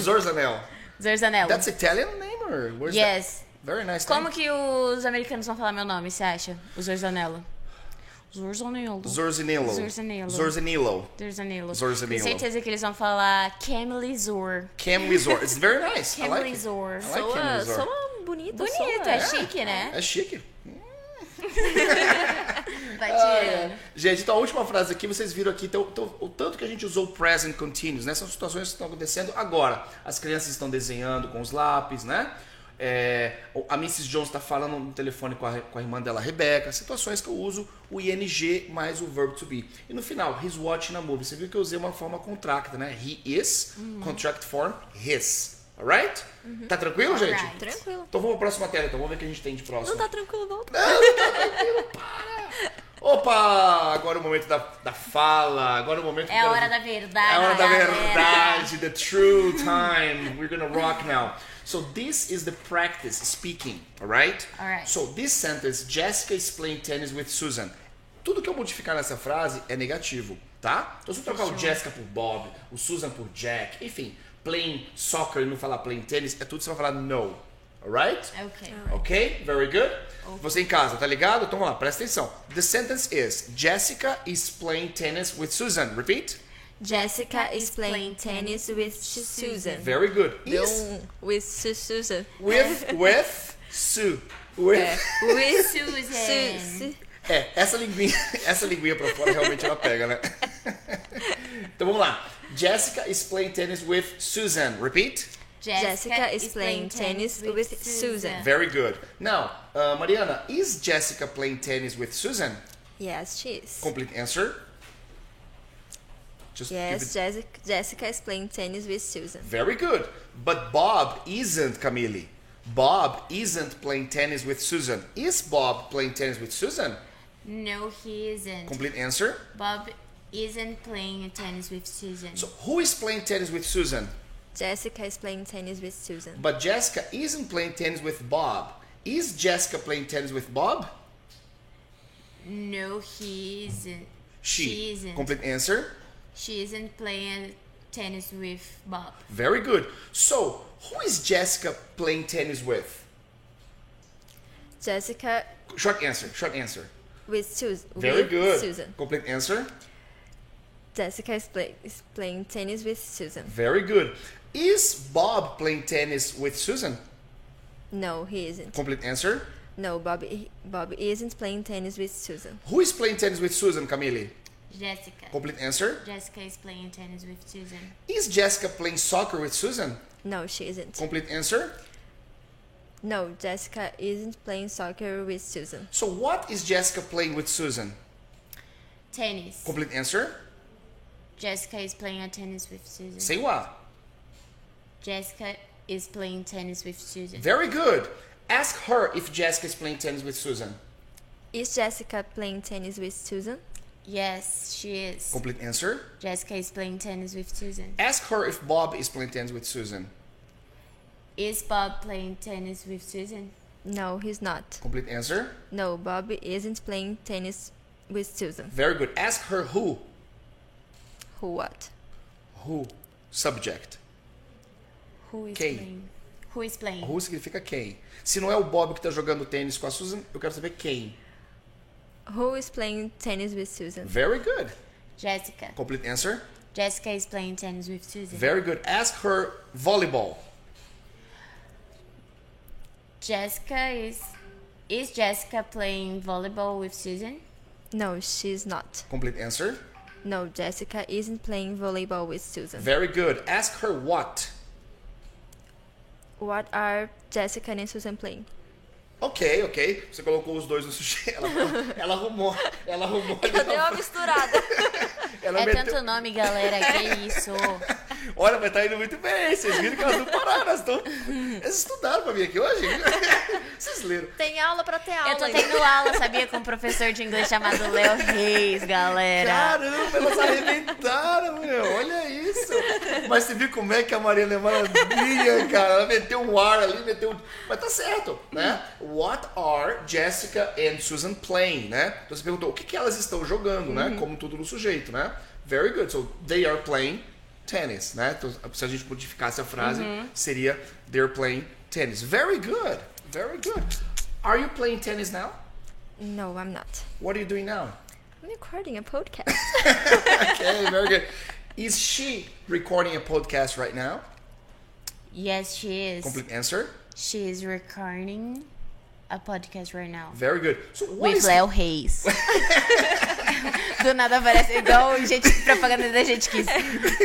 C: Zor Zanel.
A: Zorzanello.
C: That's Italian name or where's that?
A: Yes.
C: Very nice
A: Como
C: name.
A: que os americanos vão falar meu nome, você acha? O Zorzanello. Zorzanello.
C: Zorzinilo.
A: Zorzinilo.
C: Zorzinilo.
A: Zorzanello.
C: Zorzanello.
A: Tenho certeza que eles vão falar Camille Zor.
C: Camly Zor. It's very nice. I like
A: Camille
C: it.
A: Zor.
C: I like
B: Soa,
C: Camly Zor.
B: soa bonito.
A: Bonito,
B: soa.
A: é chique, né?
C: É chique.
A: Vai
C: É.
A: tirando.
C: Gente, então a última frase aqui, vocês viram aqui então, então, o tanto que a gente usou o present continuous, né? São situações que estão acontecendo agora. As crianças estão desenhando com os lápis, né? É, o- a Mrs. Jones está falando no telefone com a, re- com a irmã dela, a Rebeca. Situações que eu uso o ing mais o verbo to be. E no final, he's watching a movie. Você viu que eu usei uma forma contracta, né? He is, contract form, his. Alright? Tá tranquilo, gente?
A: Alright.
B: Tranquilo.
C: Então vamos pra próxima tela, então. Vamos ver o que a gente tem de próximo.
B: Não tá tranquilo, volta.
C: Opa! Agora é o momento da, da fala, agora é o momento...
A: É a hora da verdade.
C: É a hora da
A: galera.
C: verdade, the true time. We're gonna rock now. So this is the practice speaking, alright?
A: Alright.
C: So this sentence, Jessica is playing tennis with Susan. Tudo que eu modificar nessa frase é negativo, tá? Então se eu trocar o Jessica por Bob, o Susan por Jack, enfim, playing soccer e não falar playing tennis, é tudo que você vai falar no, alright?
A: Ok.
C: Ok? Very good. Você em casa, tá ligado? Então vamos lá, presta atenção. The sentence is Jessica is playing tennis with Susan. Repeat.
B: Jessica is playing tennis with Susan.
C: Very good.
B: Deu
C: Is
B: um with Susan.
C: With, with, su. With.
B: É. With
A: Susan.
B: Susan.
C: É, essa linguinha, essa linguinha pra fora realmente ela pega, né? Então vamos lá. Jessica is playing tennis with Susan. Repeat.
B: Jessica is playing tennis with Susan.
C: Very good. Now, uh, Mariana, is Jessica playing tennis with Susan?
B: Yes, she is.
C: Complete answer. Just give it-
B: Yes, Jessica, Jessica is playing tennis with Susan.
C: Very good. But Bob isn't, Camille. Bob isn't playing tennis with Susan. Is Bob playing tennis with Susan?
A: No, he isn't.
C: Complete answer.
A: Bob isn't playing tennis with Susan.
C: So who is playing tennis with Susan?
B: Jessica is playing tennis with Susan.
C: But Jessica isn't playing tennis with Bob. Is Jessica playing tennis with Bob?
A: no, he isn't.
C: She.
A: She isn't.
C: Complete answer.
A: She isn't playing tennis with Bob.
C: Very good. So who is Jessica playing tennis with?
B: Jessica
C: Short answer. Short answer.
B: with Susan.
C: Very
B: with
C: good.
B: Susan.
C: Complete answer.
B: Jessica is, play, is playing tennis with Susan.
C: Very good. Is Bob playing tennis with Susan?
B: No, he isn't.
C: Complete answer.
B: No, Bobby Bobby isn't playing tennis with Susan.
C: Who is playing tennis with Susan, Camille?
A: Jessica.
C: Complete answer.
A: Jessica is playing tennis with Susan.
C: Is Jessica playing soccer with Susan?
B: No, she isn't.
C: Complete answer.
B: No, Jessica isn't playing soccer with Susan.
C: So what is Jessica playing with Susan?
A: Tennis.
C: Complete answer.
A: Jessica is playing tennis with Susan.
C: Say what?
A: Jessica is playing tennis with Susan.
C: Very good. Ask her if Jessica is playing tennis with Susan.
B: Is Jessica playing tennis with Susan?
A: yes, she is.
C: Complete answer.
A: Jessica is playing tennis with Susan.
C: Ask her if Bob is playing tennis with Susan.
A: Is Bob playing tennis with Susan?
B: No, he's not.
C: Complete answer.
B: No, Bobby isn't playing tennis with Susan.
C: Very good. Ask her who.
B: Who what?
C: Who? Subject.
A: Who is
C: Quem?
A: playing? Who is playing?
C: Who significa quem. Se não é o Bob que tá jogando tênis com a Susan, eu quero saber quem.
B: Who is playing tennis with Susan?
C: Very good.
A: Jessica.
C: Complete answer.
A: Jessica is playing tennis with Susan.
C: Very good. Ask her volleyball.
A: Jessica is Is Jessica playing volleyball with Susan?
B: No, she's not.
C: Complete answer.
B: No, Jessica isn't playing volleyball with Susan.
C: Very good. Ask her what.
B: What are Jessica and Susan playing?
C: Ok, ok. Você colocou os dois no sujeito. Ela, ela arrumou. Ela arrumou. ali,
B: Eu dei uma misturada.
C: ela
A: É
C: meteu-
A: tanto nome, galera, que isso.
C: Olha, mas tá indo muito bem. Vocês viram que elas não pararam. Elas, tão... elas estudaram pra mim aqui hoje. Vocês leram.
B: Tem aula pra ter aula.
A: Eu tô
B: ainda.
A: tendo aula, sabia, com um professor de inglês chamado Léo Reis, galera.
C: Caramba, elas arrebentaram, meu. Olha isso. Mas você viu como é que a Maria Lemana brilha, cara. Ela meteu um ar ali, meteu... um- Mas tá certo, né? What are Jessica and Susan playing, né? Então você perguntou o que, que elas estão jogando, né? Como tudo no sujeito, né? Very good. So, they are playing tennis, né? Então, se a gente modificasse a frase, seria they're playing tennis. Very good. Very good. Are you playing tennis now?
B: No, I'm not.
C: What are you doing now?
B: I'm recording a podcast.
C: Okay, very good. Is she recording a podcast right now?
A: Yes, she is.
C: Complete answer.
A: She is recording a podcast right now.
C: Very good. So what
A: With
C: is
A: Léo Reis. Do nada parece igual gente propaganda da gente quis.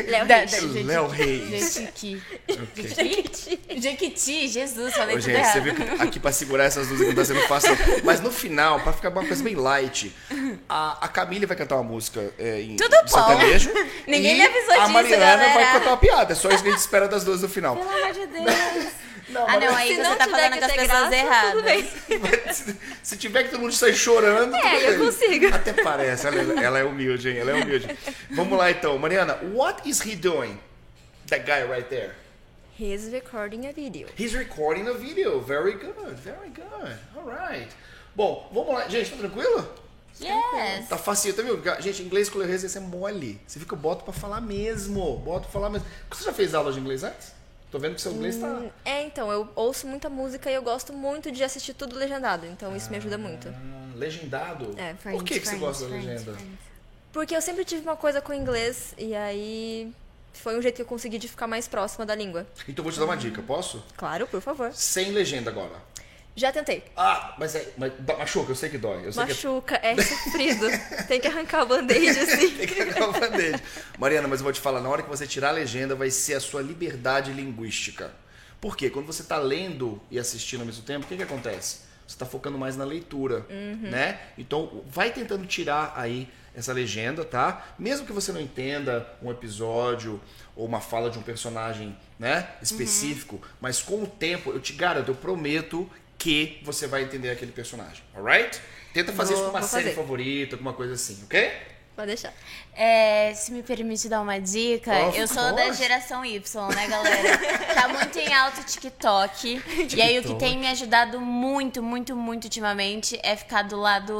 A: Léo
B: Reis.
C: Léo Reis.
A: Gente que.
C: Ok.
A: Jequiti. Jequiti, Jesus, falei
C: Ô,
A: tudo
C: gente, você
A: errado.
C: viu que aqui pra segurar essas duas não tá sendo fácil. não. Mas no final, pra ficar uma coisa bem light, a, a Camille vai cantar uma música é, em
A: Tudo bom.
C: sertanejo.
A: Ninguém
C: e
A: me avisou
C: A
A: disso,
C: Mariana vai
A: galera.
C: cantar uma piada. É só isso que a gente espera das duas no final.
A: Pelo amor de Deus. Ah,
C: mas-
A: não, aí
B: Se
A: você
B: não
A: tá
B: tiver
A: falando
B: que
A: com as
B: ter
A: pessoas
B: graça,
A: erradas.
B: tudo bem.
C: Se- Se tiver que todo mundo sair chorando.
B: É,
C: tudo
B: eu
C: bem.
B: consigo.
C: Até parece. Ela, ela é humilde, hein? Ela é humilde. Vamos lá então, Mariana. What is he doing? That guy right there.
B: He's recording a video.
C: He's recording a video. Very good, very good. All right. Bom, vamos lá. Gente, tá tranquilo?
A: Yes.
C: Tá facinho, tá viu? Gente, inglês com lerês, esse é mole. Você fica, boto pra falar mesmo. Boto pra falar mesmo. Você já fez aula de inglês antes? Tô vendo que seu inglês tá...
B: Hum, É, então, eu ouço muita música e eu gosto muito de assistir tudo legendado, então isso me ajuda muito.
C: hum, legendado.
B: É,
C: Por que, que você
A: Friends,
C: gosta da
A: friends,
C: legenda?
A: friends.
B: Porque eu sempre tive uma coisa com inglês e aí foi um jeito que eu consegui de ficar mais próxima da língua.
C: Então eu vou te dar uma dica, posso?
B: Claro, por favor.
C: Sem legenda agora.
B: Já tentei.
C: Ah, mas é. Mas, dá- machuca, eu sei que dói. Eu sei que
B: Machuca, é sofrido. Tem que arrancar o band-aid assim.
C: Tem que arrancar o band-aid. Mariana, mas eu vou te falar, na hora que você tirar a legenda, vai ser a sua liberdade linguística. Por quê? Quando você tá lendo e assistindo ao mesmo tempo, o que que acontece? Você tá focando mais na leitura,
B: Uhum.
C: né? Então, vai tentando tirar aí essa legenda, tá? Mesmo que você não entenda um episódio ou uma fala de um personagem,
B: Uhum.
C: né, específico, mas com o tempo, eu te garanto, eu prometo que você vai entender aquele personagem, alright? Tenta fazer isso
B: Vou-
C: com uma
B: vou
C: série
B: fazer.
C: favorita, alguma coisa assim, ok?
B: Pode deixar.
A: É, se me permite dar uma dica,
C: Of
A: eu sou da
C: course.
A: geração Y, né, galera? tá muito em alto o TikTok. E aí o que tem me ajudado muito, muito, muito ultimamente é ficar do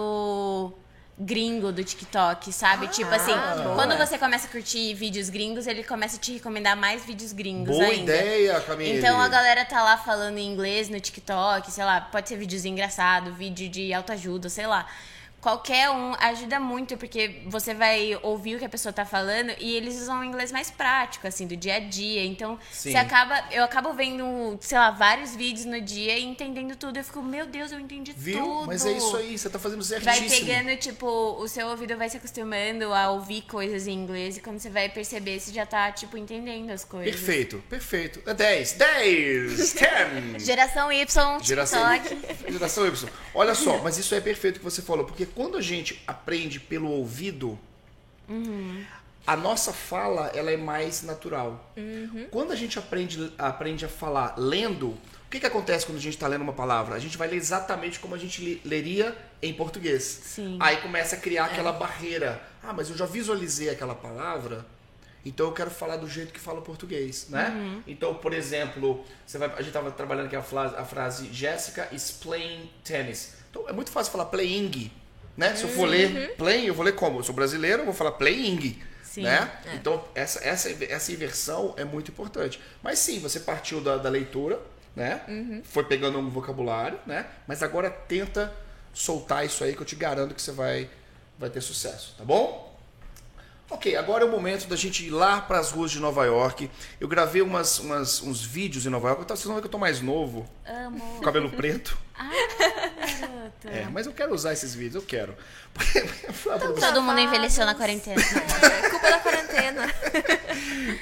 A: lado gringo do TikTok, sabe?
C: Ah,
A: tipo assim, quando você começa a curtir vídeos gringos, ele começa a te recomendar mais vídeos gringos
C: Boa
A: ainda.
C: ideia, Camille.
A: Então a galera tá lá falando em inglês no TikTok, sei lá, pode ser vídeos engraçados, vídeo de autoajuda, sei lá. Qualquer um ajuda muito, porque você vai ouvir o que a pessoa tá falando e eles usam um inglês mais prático, assim, do dia a dia. Então,
C: Sim.
A: você acaba. Eu acabo vendo, sei lá, vários vídeos no dia e entendendo tudo. Eu fico, meu Deus, eu entendi
C: Viu?
A: tudo.
C: Mas é isso aí, você tá fazendo
A: Vai
C: certíssimo.
A: pegando, tipo, o seu ouvido vai se acostumando a ouvir coisas em inglês e quando você vai perceber, você já tá, tipo, entendendo as coisas.
C: Perfeito, perfeito. É 10, 10, 10.
A: Geração Y, TikTok.
C: Geração, geração Y. Olha só, mas isso é perfeito que você falou, porque quando a gente aprende pelo ouvido, a nossa fala ela é mais natural. Quando a gente aprende, aprende a falar lendo, o que, que acontece quando a gente está lendo uma palavra? A gente vai ler exatamente como a gente li- leria em português.
A: Sim.
C: Aí começa a criar aquela barreira. Ah, mas eu já visualizei aquela palavra, então eu quero falar do jeito que fala o português, né? Então, por exemplo, você vai, a gente estava trabalhando aqui a frase, a frase Jessica is playing tennis. Então é muito fácil falar playing, né? Se eu for ler playing, eu vou ler como? Eu sou brasileiro, eu vou falar playing.
A: Sim.
C: Né? Então, essa, essa, essa inversão é muito importante. Mas sim, você partiu da, da leitura, né? Foi pegando um vocabulário, né? Mas agora tenta soltar isso aí que eu te garanto que você vai, vai ter sucesso, tá bom? Ok, agora é o momento da gente ir lá para as ruas de Nova York. Eu gravei umas, umas- uns vídeos em Nova York. Tá- Vocês vão ver que eu tô mais novo,
A: Amo.
C: com cabelo preto.
B: Exato.
C: É, mas eu quero usar esses vídeos, eu quero. Porque, por favor,
A: Todo mundo envelheceu na quarentena.
B: É, culpa da quarentena.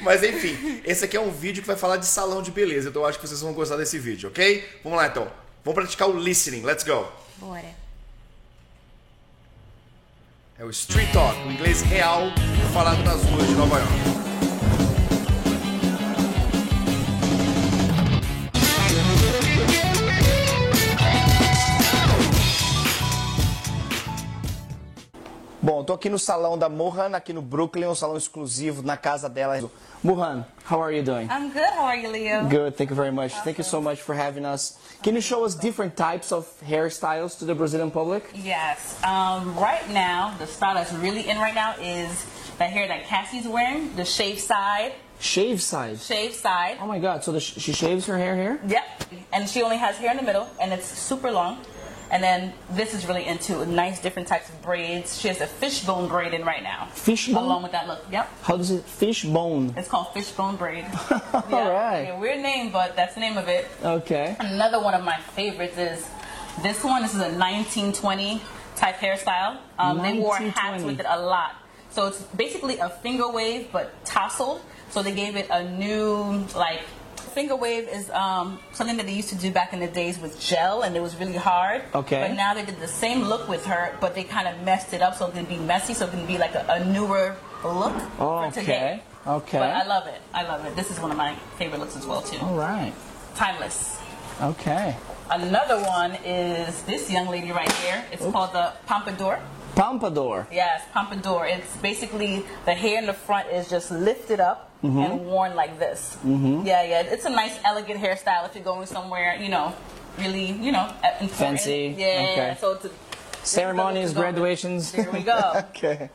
C: Mas enfim, esse aqui é um vídeo que vai falar de salão de beleza, então eu acho que vocês vão gostar desse vídeo, ok? Vamos lá então. Vamos praticar o listening, let's go.
A: Bora.
C: É o Street Talk, o inglês real falado nas ruas de Nova York. Bom, tô aqui no salão da Mohan, aqui no Brooklyn, um salão exclusivo na casa dela. Mohan, how are you doing?
G: I'm good. How are you, Leo?
C: Good, thank you very much. Thank you so much for having us. Can you show us different types of hairstyles to the Brazilian public?
G: Yes. Um, right now, the style that's really in right now is the hair that Cassie's wearing, the shaved side.
C: Shave side.
G: Shaved side.
C: Oh my god, so the sh- she shaves her hair here?
G: Yep. And she only has hair in the middle, and it's super long. And then this is really into nice different types of braids. She has a fishbone braid in right now.
C: Fishbone?
G: Along with that look. Yep.
C: How does it? Fish bone.
G: It's called fishbone braid.
C: right.
G: Yeah, weird name, but that's the name of it.
C: Okay.
G: Another one of my favorites is this one. This is a 1920 type hairstyle. Um, they wore hats
C: 1920.
G: with it a lot. So it's basically a finger wave but tousled. So they gave it a new like finger wave is um, something that they used to do back in the days with gel and it was really hard.
C: Okay.
G: But now they did the same look with her, but they kind of messed it up so it can be messy, so it can be like a, a newer look
C: Oh,
G: for today.
C: Okay.
G: But I love it. I love it. This is one of my favorite looks as well too.
C: All right.
G: Timeless.
C: Okay.
G: Another one is this young lady right here. It's called the pompadour.
C: Pompadour.
G: Yes, pompadour. It's basically the hair in the front is just lifted up and worn like this. Mm-hmm. Yeah, yeah. It's a nice, elegant hairstyle if you're going somewhere, you know, really, you know, uh, important.
H: Fancy.
G: Yeah. yeah, yeah.
H: Okay.
G: So it's a,
H: Ceremonies,
G: it's a-
H: graduations.
G: There we go.
H: okay.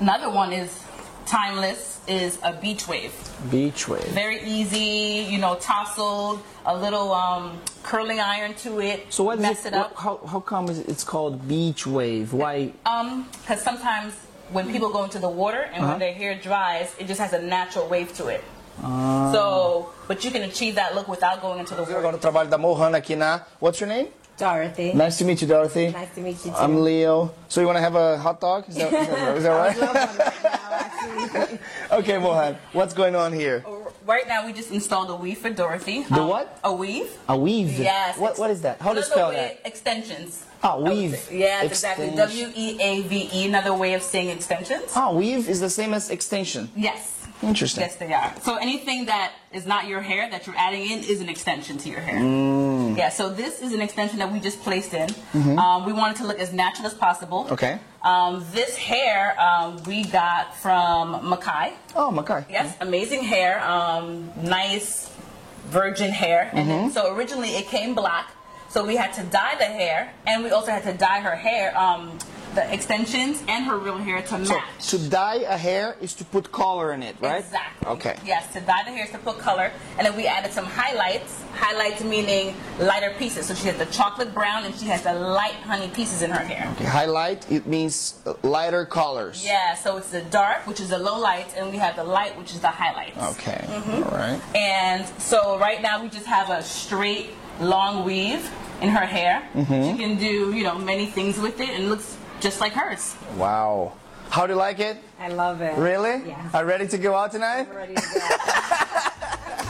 G: Another one is timeless. Is a beach wave.
H: Beach wave.
G: Very easy, you know, tousled. A little um, curling iron to it.
H: So what is
G: mess
H: it?
G: it up?
H: what- how, how come is- it's called beach wave? Why?
G: Um, because sometimes when people go into the water and
H: Uh-huh.
G: when their hair dries, it just has a natural wave to it.
H: Ah.
G: So, but you can achieve that look without going into the
C: Agora
G: water.
C: o trabalho da Mohan aqui na. What's your name?
I: Dorothy.
C: Nice to meet you, Dorothy.
I: Nice to meet you too.
C: I'm Leo. So you want to have a hot dog? Is that, is that, is that right? okay, Mohan. What's going on here?
G: Oh, Right now, we just installed a weave for Dorothy. Um,
H: The what?
G: A weave.
H: A weave.
G: Yes.
H: What, what is that? How do you
G: Another
H: spell
G: way-
H: that?
G: Extensions.
H: Ah, weave.
G: Yes, Oh, exactly.
H: Extension.
G: W E A V E. Another way of saying extensions.
H: Ah, weave is the same as extension.
G: Yes.
H: Interesting.
G: Yes, they are. So anything that is not your hair that you're adding in is an extension to your hair.
H: Mm.
G: Yeah. So this is an extension that we just placed in. Um, we wanted to look as natural as possible.
H: Mm-hmm. Okay.
G: Um, this hair um, we got from Makai.
H: Oh, Makai.
G: Yes, amazing hair. Um, nice virgin hair.
H: Mm-hmm.
G: And then, so originally it came black. So we had to dye the hair, and we also had to dye her hair, um, the extensions and her real hair to match.
H: So to dye a hair is to put color in it, right?
G: Exactly.
H: Okay.
G: Yes, to dye the hairs to put color, and then we added some highlights. Highlights meaning lighter pieces. So she has the chocolate brown, and she has the light honey pieces in her hair.
H: Highlight it means uh, lighter colors.
G: Yeah. So it's the dark, which is the low lights, and we have the light, which is the highlights.
H: Okay.
G: Mm-hmm.
H: All right.
G: And so right now we just have a straight long weave in her hair.
H: Mm-hmm.
G: She can do you know many things with it, and it looks just like hers.
H: Wow.
C: How do you like it?
I: I love it.
C: Really?
I: Yeah.
C: Are you ready to go out tonight?
I: I'm ready to go.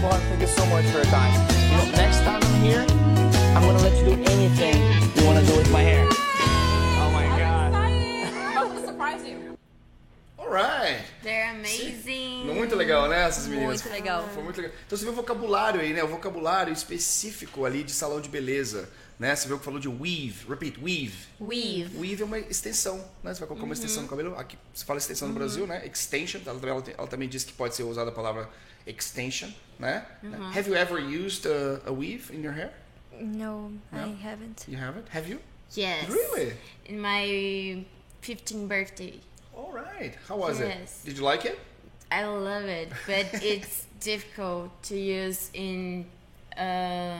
H: Well, thank you so much for your time. You know, next time I'm here, I'm gonna let you do anything you wanna do with my hair. Oh my god.
G: Exciting. surprise you.
C: Alright.
A: They're amazing.
C: Muito legal, né, essas meninas?
B: Muito legal.
C: Foi muito legal. Então você viu o vocabulário aí, né? O vocabulário específico ali de salão de beleza. Né? Você viu que falou de weave. Repeat, weave.
A: Weave.
C: Weave é uma extensão, né? Você vai colocar uma extensão no cabelo. Aqui você fala extensão no Brasil, né? Extension. Ela, ela- ela também disse que pode ser usada a palavra extension, né? Have you ever used a, a weave in your hair?
B: No, I haven't.
C: You haven't? Have you?
A: Yes.
C: Really?
A: In my 15th birthday.
C: All right. How was
A: Yes.
C: it? Did you like it?
A: I love it, but it's difficult to use in uh,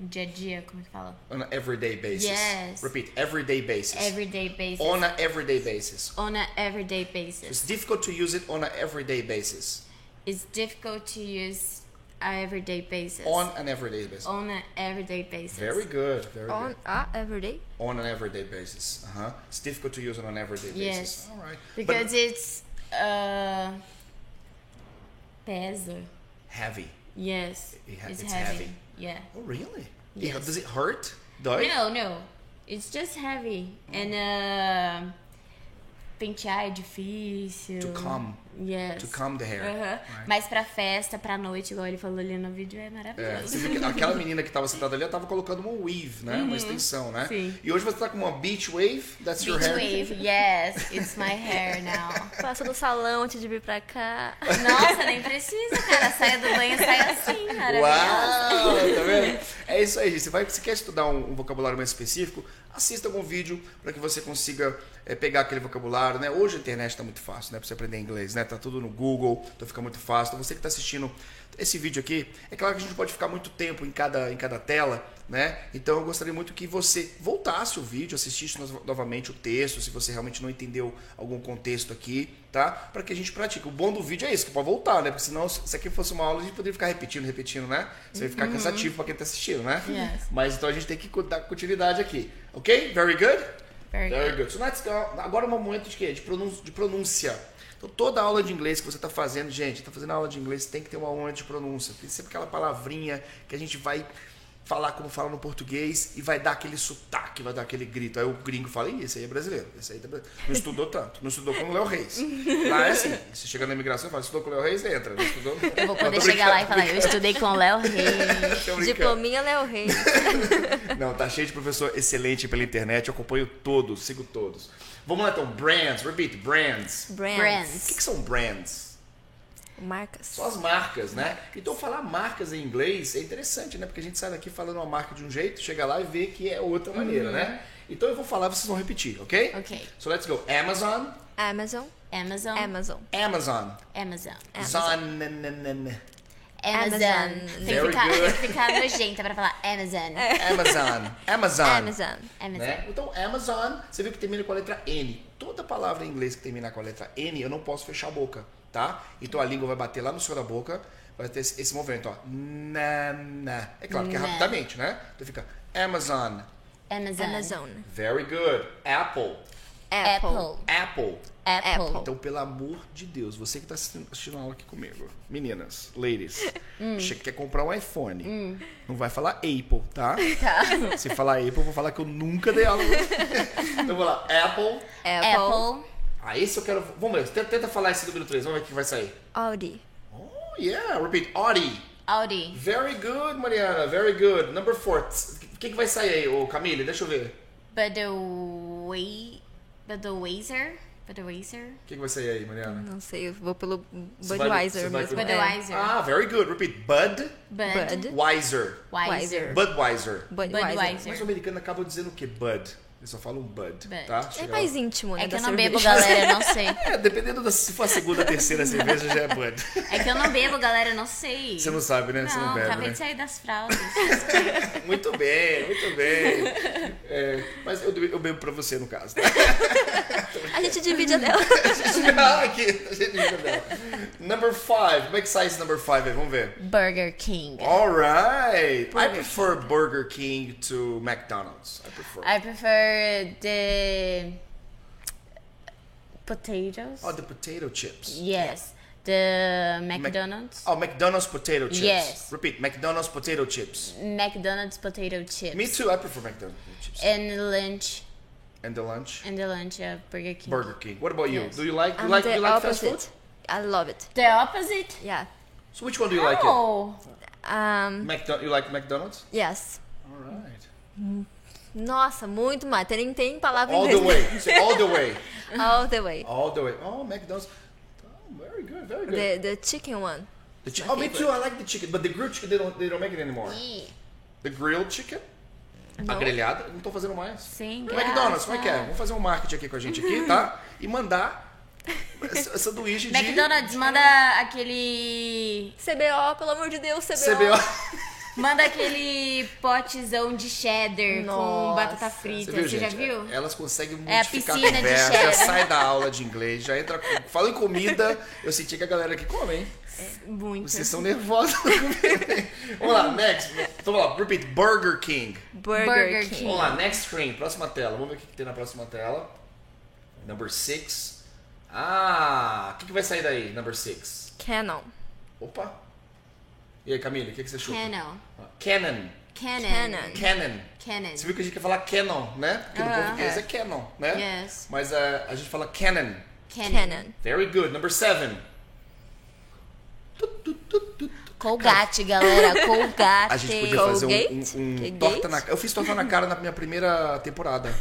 A: dia a dia, como que fala?
C: On an everyday basis.
A: Yes.
C: Repeat, everyday basis.
A: Everyday basis.
C: on an everyday basis.
A: On a everyday basis.
C: It's difficult to use it on an everyday basis.
A: It's difficult to use a everyday basis.
C: On an everyday basis.
A: On an everyday basis.
C: Very good. Very
B: On ah,
C: good.
B: a everyday.
C: On an everyday basis. Uh huh. It's difficult to use on an everyday basis.
A: Yes.
C: All right.
A: Because
C: but
A: it's uh pesa.
C: heavy.
A: Yes.
C: It ha-
A: it's
C: it's
A: heavy.
C: heavy.
A: Yeah.
C: Oh really?
A: Yes.
C: Yeah. Does it hurt? Dói?
A: No, no. It's just heavy. And uh, pentear é difícil.
C: To calm.
A: Yes.
C: To calm the hair.
A: Aham.
C: Right.
A: Mas pra festa, pra noite, igual ele falou ali no vídeo, é
C: É,
A: maravilhoso.
C: você vê que aquela menina que tava sentada ali, ela tava colocando uma weave, né? Uma extensão, né?
A: Uhum. Sim.
C: E hoje você tá com uma beach wave, that's your
A: Beach
C: hair.
A: wave, yes, it's my hair now.
B: Passa no salão antes de vir pra cá.
A: Nossa, nem precisa, cara. Saia do banho, saia assim, cara.
C: Uau! Tá vendo? É isso aí, gente. Você, vai, você quer estudar um, um vocabulário mais específico? Assista algum vídeo para que você consiga eh, pegar aquele vocabulário, né? Hoje a internet tá muito fácil, né? Pra você aprender inglês, né? Tá tudo no Google, então fica muito fácil. Então você que tá assistindo esse vídeo aqui, é claro que a gente não pode ficar muito tempo em cada, em cada tela, né? Então eu gostaria muito que você voltasse o vídeo, assistisse no- novamente o texto, se você realmente não entendeu algum contexto aqui, tá? Para que a gente pratique. O bom do vídeo é isso, que pode voltar, né? Porque senão, se isso aqui fosse uma aula, a gente poderia ficar repetindo, repetindo, né? Isso ia ficar cansativo para quem tá assistindo, né?
A: Uhum. Yes.
C: Mas então a gente tem que co- dar continuidade aqui. Ok? Very good?
A: Very
C: Very good. So let's go. Agora é o momento de quê? De pronúncia. De pronúncia. Então toda aula de inglês que você está fazendo, gente, está fazendo aula de inglês, tem que ter uma aula de pronúncia. Tem sempre aquela palavrinha que a gente vai falar como fala no português e vai dar aquele sotaque, vai dar aquele grito. Aí o gringo fala, Ih, esse aí é brasileiro, esse aí tá brasileiro. não estudou tanto, não estudou como o Léo Reis. Lá é assim, você chega na imigração e fala, estudou com o Léo Reis, entra. Não estudou, não.
A: Eu vou
C: Não,
A: poder
C: tô
A: chegar lá e
C: brincando,
A: falar, eu estudei com o Léo Reis.
C: tô brincando.
B: Diplominha Léo Rei.
C: Não, tá cheio de professor excelente pela internet, eu acompanho todos, sigo todos. Vamos lá então, brands, repeat, brands. O que,
B: Brands.
C: que são brands?
B: Marcas.
C: São as marcas, né? Então falar marcas em inglês é interessante, né? Porque a gente sai daqui falando uma marca de um jeito, chega lá e vê que é outra maneira, né? Então eu vou falar, vocês vão repetir, ok?
A: Uhum. Ok.
C: So let's go. Amazon,
B: Amazon.
A: Amazon.
B: Amazon.
C: Amazon,
A: Amazon.
C: Zon, nan, nan, nan.
A: Amazon. Tem, que
C: Very
A: ficar, tem
C: good.
A: que ficar nojenta pra falar Amazon.
C: É. Amazon, Amazon,
B: Amazon.
A: Amazon.
C: né? Então Amazon, você viu que termina com a letra N. Toda palavra em inglês que termina com a letra N, eu não posso fechar a boca, tá? Então a língua vai bater lá no céu da boca, vai ter esse esse movimento, ó. Na, na. É claro que é
A: Na.
C: rapidamente, né? Então fica Amazon,
A: Amazon.
B: Amazon.
C: Very good. Apple.
B: Apple.
A: Apple.
C: Apple.
A: Apple.
C: Então, pelo amor de Deus, você que está assistindo a aula aqui comigo, meninas, ladies, você que quer comprar um iPhone, não vai falar Apple, tá? Se falar Apple, eu vou falar que eu nunca dei aula. então, vou lá. Apple.
B: Apple.
A: Apple.
C: Ah, esse eu quero... Vamos ver, tenta, tenta falar esse número 3, vamos ver o que vai sair.
B: Audi.
C: Oh, yeah, repeat. Audi.
A: Audi.
C: Very good, Mariana, very good. Number 4. O que, que vai sair aí, ô Camille? Deixa eu ver.
A: Budweiser. Budweiser. Budweiser.
C: O que, que vai sair aí, Mariana?
B: Não sei, eu vou pelo
C: Você vai- você
B: Budweiser
C: vai
B: mesmo.
C: por-
B: é.
A: Budweiser.
C: Ah, very good. Repeat. Bud.
A: Bud.
B: Bud.
C: Wiser.
A: Weiser.
C: Budweiser.
B: Budweiser.
A: Budweiser.
C: Mas o americano acaba dizendo o quê? Bud. Eles só falam Bud,
A: Bud.
C: tá?
B: É
C: Chega lá.
B: mais íntimo, né?
A: É que
B: da
A: eu não bebo,
B: cerveja.
A: galera, eu não sei.
C: É, dependendo da, se for a segunda, a terceira cerveja, já é Bud.
A: É que eu não bebo, galera, eu não sei.
C: Você não sabe, né? Você não
A: Não,
C: bebe,
A: acabei
C: né?
A: de sair das fraldas.
C: Muito bem, muito bem. É, mas eu, eu bebo pra você, no caso. Tá?
B: A gente divide a dela.
C: Aqui, é a gente fica bem. Number five. Como é que sai esse number five aí? Vamos ver.
A: Burger King.
C: Alright. I prefer Burger King to McDonald's. I prefer.
A: I prefer the potatoes.
C: Oh, the potato chips.
A: Yes. The
C: Mac-
A: McDonald's.
C: Oh, McDonald's potato chips.
A: Yes.
C: Repeat, McDonald's potato chips.
A: McDonald's potato chips.
C: Me too. I prefer McDonald's potato chips.
A: And lunch.
C: And the lunch,
A: And the lunch of Burger King.
C: Burger King. What about you?
A: Yes.
C: Do you like do you
B: I'm
C: like, do
B: the
C: you like fast
B: opposite.
C: food?
B: I love it.
A: The opposite?
B: Yeah.
C: So which one do you like? It?
A: Oh.
B: Um,
C: McDo- you like McDonald's?
B: yes.
C: All right.
B: Nossa, muito mais. Tem, nem tem palavra em
C: All the
B: inglês.
C: way. Say all the way.
B: All the way.
C: All the way. Oh, McDonald's. Oh, very good. Very good.
B: The, the chicken one.
C: The chi- oh, me too. I like the chicken, but the grilled chicken they don't they don't make it anymore. The grilled chicken. A grelhada, não tô fazendo mais.
A: Sim,
C: McDonald's, como é que é? Vamos fazer um marketing aqui com a gente aqui, tá? E mandar s- sanduíche de...
A: McDonald's manda aquele.
B: CBO, pelo amor de Deus, CBO.
C: CBO.
A: Manda aquele potezão de cheddar com
B: Nossa.
A: batata frita. Então, Você, já
C: gente?
A: viu?
C: Elas conseguem
A: É, a
C: modificar a
A: piscina de
C: conversa, já
A: cheddar.
C: sai da aula de inglês, já entra. com- Fala em comida, eu senti que a galera aqui come, hein?
A: É, Muito.
C: Vocês são nervosos. Vamos lá, next. Vamos lá, repeat. Burger King.
B: Burger,
A: É. Burger
B: King.
A: King.
C: Vamos lá, next screen. Próxima tela. Vamos ver o que, que tem na próxima tela. Number six. Ah, o que, que vai sair daí, number six?
B: Canon.
C: Opa. E aí, Camila, o que, que você chuta? Ah,
A: Canon.
C: Canon.
A: Canon.
C: Canon.
A: Canon.
C: Você viu que a gente quer falar Canon, né? Porque no
A: Aham.
C: português é Canon, né?
A: Ah, Yes.
C: Mas eh, a gente fala Canon.
A: Canon.
B: Canon.
C: Very good. Number seven. Tu, tu, tu, tu, tu.
A: Colgate, galera. Colgate.
C: A gente podia fazer um, um-
B: Colgate?
C: um
B: Colgate?
C: torta na cara. Eu fiz torta na cara na minha primeira temporada,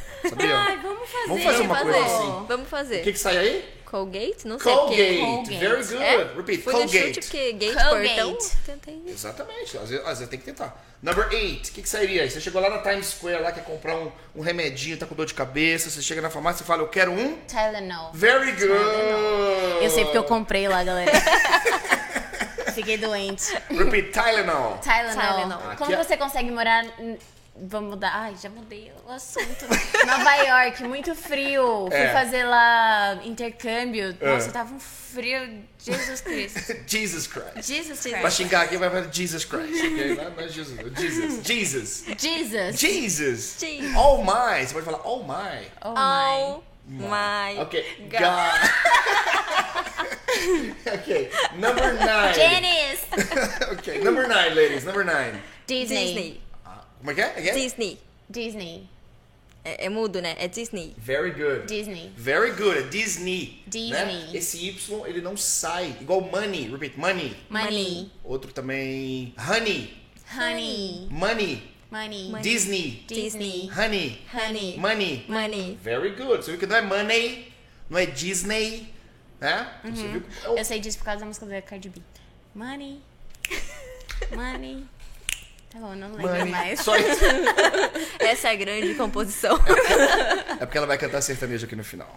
C: sabia?
A: Ai, vamos fazer.
C: Vamos fazer uma
A: vamos
C: coisa
A: fazer.
C: assim.
B: Vamos
C: O que
B: fazer.
C: que sai aí?
B: Colgate? Não sei o
C: Colgate.
B: que.
C: Very
A: Colgate.
C: good.
B: É?
C: Repeat.
B: Foi
C: Colgate.
B: no chute porque gate
A: Colgate.
B: portão. Tentei.
C: Exatamente. Às vezes, às vezes tem que tentar. Number eight. O que, que sairia aí? Você chegou lá na Times Square, lá quer comprar um, um remedinho, tá com dor de cabeça. Você chega na farmácia e fala, eu quero um.
A: Tylenol.
C: Very good.
A: Eu sei porque eu comprei lá, galera. Fiquei doente.
C: Repeat. Tylenol.
A: Tylenol.
B: Tylenol.
A: Como
C: Aqui é-
A: você consegue morar. n- Vamos mudar. Ai, já mudei o assunto. Nova York, muito frio.
C: É.
A: Fui fazer lá intercâmbio.
C: É.
A: Nossa, tava um frio. Jesus Cristo.
C: Jesus Christ.
A: Jesus
C: Pra
A: Christ.
C: xingar aqui vai falar Jesus Christ. ok? Não é- não é Jesus. é Jesus. Jesus.
A: Jesus.
C: Jesus.
B: Jesus.
C: Oh my. Você pode falar oh my.
A: Oh, my.
B: Oh my.
C: Ok.
B: God.
C: God. ok. Number nine.
A: Dennis.
C: ok. Number nine, ladies. Number nine.
A: Disney.
B: Disney.
C: Como é que é? Again?
B: Disney.
A: Disney.
B: É, é mudo, né? É Disney.
C: Very good.
A: Disney.
C: Very good. É Disney.
A: Disney.
C: né? Esse Y, ele não sai. Igual money. Repeat. Money.
A: Money.
C: Outro também. Honey.
A: Honey.
C: Money.
A: Money.
C: Disney.
A: Disney.
C: Honey.
A: Honey.
C: Money.
B: Money.
C: Very good. Você viu que não é money, não é Disney, né? Você
B: Uhum.
C: viu que-
B: É
A: Eu sei disso por causa da música da Cardi B. Money. Money. Tá bom, não lembro
C: Money.
A: mais.
C: Só isso.
B: Essa é a grande composição.
C: É porque ela vai cantar sertanejo aqui no final.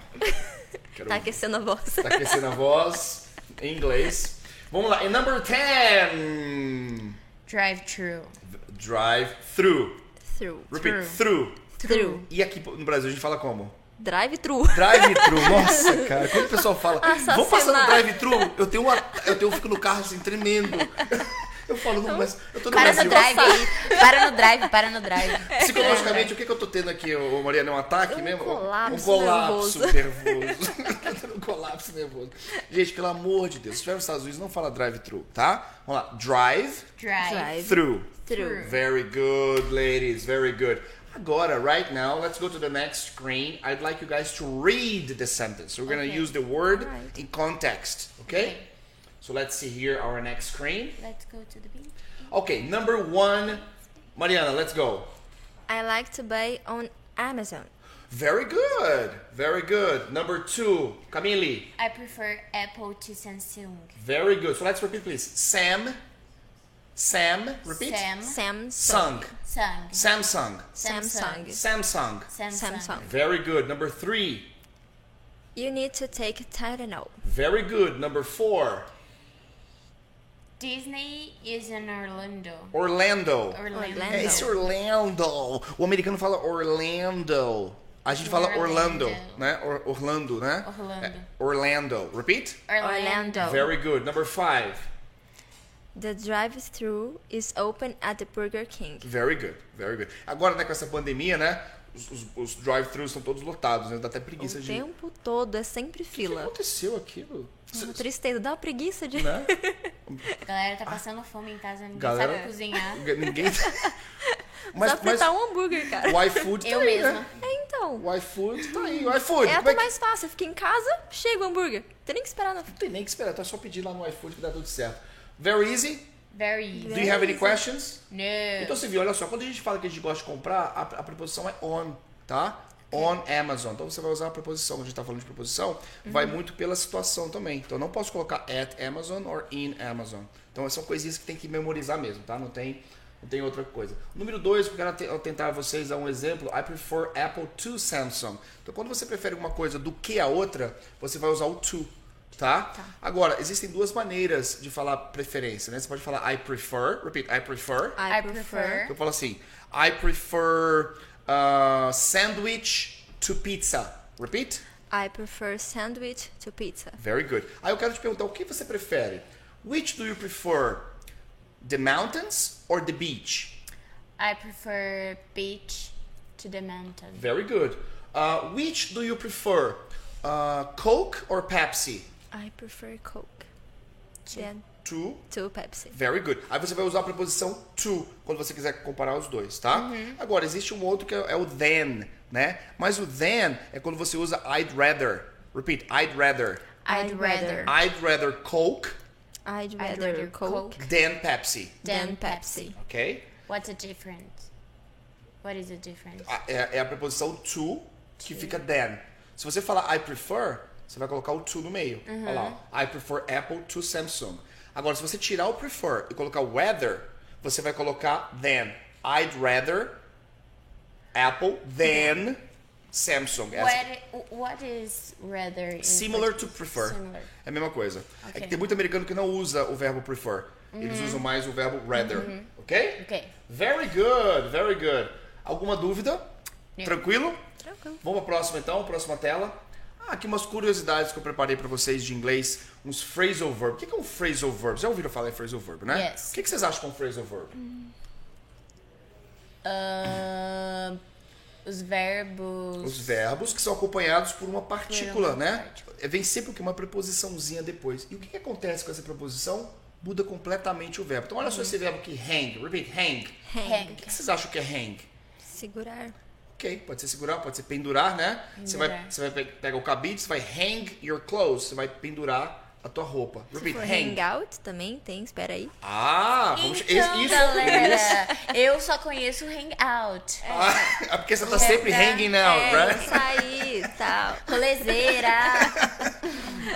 C: Quero
B: tá aquecendo a voz.
C: tá aquecendo a voz em inglês. Vamos lá. E number 10.
A: Drive-thru.
C: Drive through.
B: Through.
C: Repeat. Through.
B: Through.
C: E aqui no Brasil a gente fala como?
B: Drive through.
C: Drive thru. Nossa, cara. Quando o pessoal fala,
B: Assassinar.
C: vamos passar no drive thru, eu tenho uma, eu tenho eu fico no carro assim tremendo. Eu falo,
B: Então,
C: não, mas eu tô no
A: Para no
C: Brasil.
A: drive aí. Para no drive, para no drive.
C: Psicologicamente, o que, que eu tô tendo aqui, ô, ô, Mariana? É um ataque mesmo?
B: colapso
C: um colapso nervoso. um colapso nervoso. Gente, pelo amor de Deus, se estiver nos Estados Unidos, não fala drive-thru, tá? Vamos lá. Drive-thru.
A: Drive.
B: Drive through.
C: Very good, ladies. Very good. Agora, right now, let's go to the next screen. I'd like you guys to read the sentence. We're gonna use the word in context, okay?
A: Okay.
C: So let's see here our next screen.
A: Let's go to the beach.
C: Okay, number one, Mariana, let's go.
B: I like to buy on Amazon.
C: Very good. Very good. Number two, Camille.
A: I prefer Apple to Samsung.
C: Very good. So let's repeat, please. Sam. Sam. Repeat.
A: Sam.
B: Samsung.
C: Sung.
A: Samsung.
C: Samsung.
B: Samsung.
C: Samsung.
A: Samsung.
B: Samsung.
C: Very good. Number three.
B: You need to take Tylenol.
C: Very good. Number four.
A: Disney is in Orlando.
C: Orlando.
A: Orlando.
B: Orlando.
C: É esse Orlando. O americano fala Orlando. A gente fala Orlando,
A: Orlando.
C: né? Or- Orlando, né?
A: Orlando. Oh.
C: É, Orlando. Repeat.
A: Orlando.
C: Very good. Number five.
B: The drive-through is open at the Burger King.
C: Very good, very good. Agora, né, com essa pandemia, né? Os, os- os drive-thrus estão todos lotados, né? Dá até
B: O
C: preguiça de.
B: tempo todo é sempre
C: O que
B: fila.
C: aconteceu aquilo? Cê-
B: Uma tristeza, dá uma preguiça de.
C: né?
A: Galera tá passando fome em casa, ninguém
C: Galera-
A: sabe cozinhar.
C: Ninguém. tá-
B: Só
C: Mas, mas
B: fritar um hambúrguer, cara.
C: o iFood tá
A: Eu
C: aí,
A: mesma.
C: né?
B: É, então.
C: O iFood tá aí. O iFood,
B: É
C: como
B: até
C: é que...
B: mais fácil. Fica em casa, chega o hambúrguer. Tem nem que esperar na
C: Não tem nem que esperar, tá só pedir lá no iFood que dá tudo certo. Very easy.
A: Very easy.
C: Do you have any questions? Então
A: No.
C: você viu, olha só, quando a gente fala que a gente gosta de comprar, a, a preposição é on, tá? On Amazon. Então você vai usar a preposição. Quando a gente tá falando de preposição, vai muito pela situação também. Então eu não posso colocar at Amazon or in Amazon. Então são coisinhas que tem que memorizar mesmo, tá? Não tem, não tem outra coisa. Número dois, eu quero te- eu tentar vocês dar um exemplo. I prefer Apple to Samsung. Então quando você prefere uma coisa do que a outra, você vai usar o to. Tá? Agora, existem duas maneiras de falar preferência, né? Você pode falar I prefer, repeat, I prefer.
B: I, prefer.
C: Eu falo assim, I prefer uh, sandwich to pizza. Repeat.
B: I prefer sandwich to pizza.
C: Very good. Aí eu quero te perguntar, o que você prefere? Which do you prefer? The mountains or the beach?
A: I prefer beach to the mountain.
C: Very good. Uh, which do you prefer? Uh, Coke or Pepsi?
B: I prefer Coke. Then é
C: To.
B: to Pepsi.
C: Very good. Aí você vai usar a preposição to quando você quiser comparar os dois, tá? Agora, existe um outro que é, é o then, né? Mas o then é quando você usa I'd rather. Repeat, I'd rather.
A: I'd rather
C: I'd rather Coke
B: I'd
A: I'd
B: rather, Coke,
C: than Pepsi.
B: than Pepsi.
C: Ok?
A: What's the difference? What is the difference?
C: A- É, é a preposição to que fica then. Se você falar I prefer, você vai colocar o to no meio. Olha lá, ó. I prefer Apple to Samsung. Agora, se você tirar o prefer e colocar whether, você vai colocar then. I'd rather Apple than Samsung. Essa- é
A: What, i- what is rather? in
C: Similar to
A: Portuguese?
C: prefer.
A: Similar.
C: É a mesma coisa. É que
A: Ok. Uhum.
C: tem muito americano que não usa o verbo prefer. Eles usam mais o verbo rather. Ok?
A: Ok.
C: Very good, very good. Alguma dúvida? Tranquilo?
B: Tranquilo.
C: Vamos para próxima então, próxima tela. Ah, aqui umas curiosidades que eu preparei para vocês de inglês, uns phrasal verb. O que que é um phrasal verb? Já ouviram falar em phrasal verb, né?
A: Yes.
C: O que que vocês acham que é um phrasal verb?
A: Ahn, Um, os verbos.
C: Os verbos que são acompanhados por uma partícula,
A: Por uma
C: né?
A: partícula.
C: É, Vem sempre que uma preposiçãozinha depois. E o que, que acontece com essa preposição? Muda completamente o verbo. Então olha só esse verbo aqui, hang. Repeat, hang. O
B: Hang.
A: Hang.
C: que vocês acham que é hang?
B: Segurar.
C: Ok, pode ser segurar, pode ser pendurar, né? Você vai,
A: Pendurar.
C: você vai pe- pegar o cabide, você vai hang your clothes, você vai pendurar a tua roupa. Repeat,
B: For
C: hang.
B: hangout também tem, espera aí.
C: Ah, vamos.
A: Então,
C: esse- isso,
A: galera, eu só conheço hangout.
C: Ah, porque você tá
A: Então,
C: sempre hanging out,
B: É,
C: right?
B: isso aí, tal.
A: Rolezeira.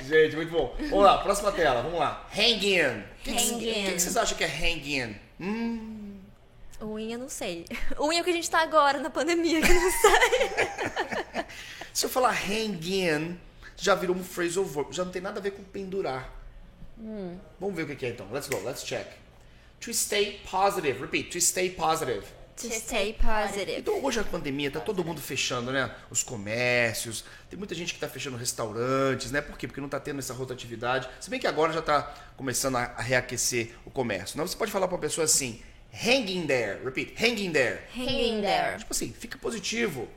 C: Gente, muito bom. Vamos lá, próxima tela, vamos lá. Hang in. O que, que-
A: Hang
C: o que
A: in.
C: que vocês acham que é hang in?
B: Unha, não sei. Unha é o que a gente tá agora na pandemia, que não sai.
C: Se eu falar hang in, já virou um phrasal verb. Já não tem nada a ver com pendurar. Vamos ver o que que é então. Let's go, let's check. To stay positive. Repeat, to stay positive.
B: to stay positive.
C: Então hoje a pandemia tá todo mundo fechando, né? Os comércios, tem muita gente que tá fechando restaurantes, né? Por quê? Porque não tá tendo essa rotatividade. Se bem que agora já tá começando a a reaquecer o comércio. Não, você pode falar pra uma pessoa assim, hang in there. Repeat, hang in there.
B: Hang in there.
C: Tipo assim, fica positivo.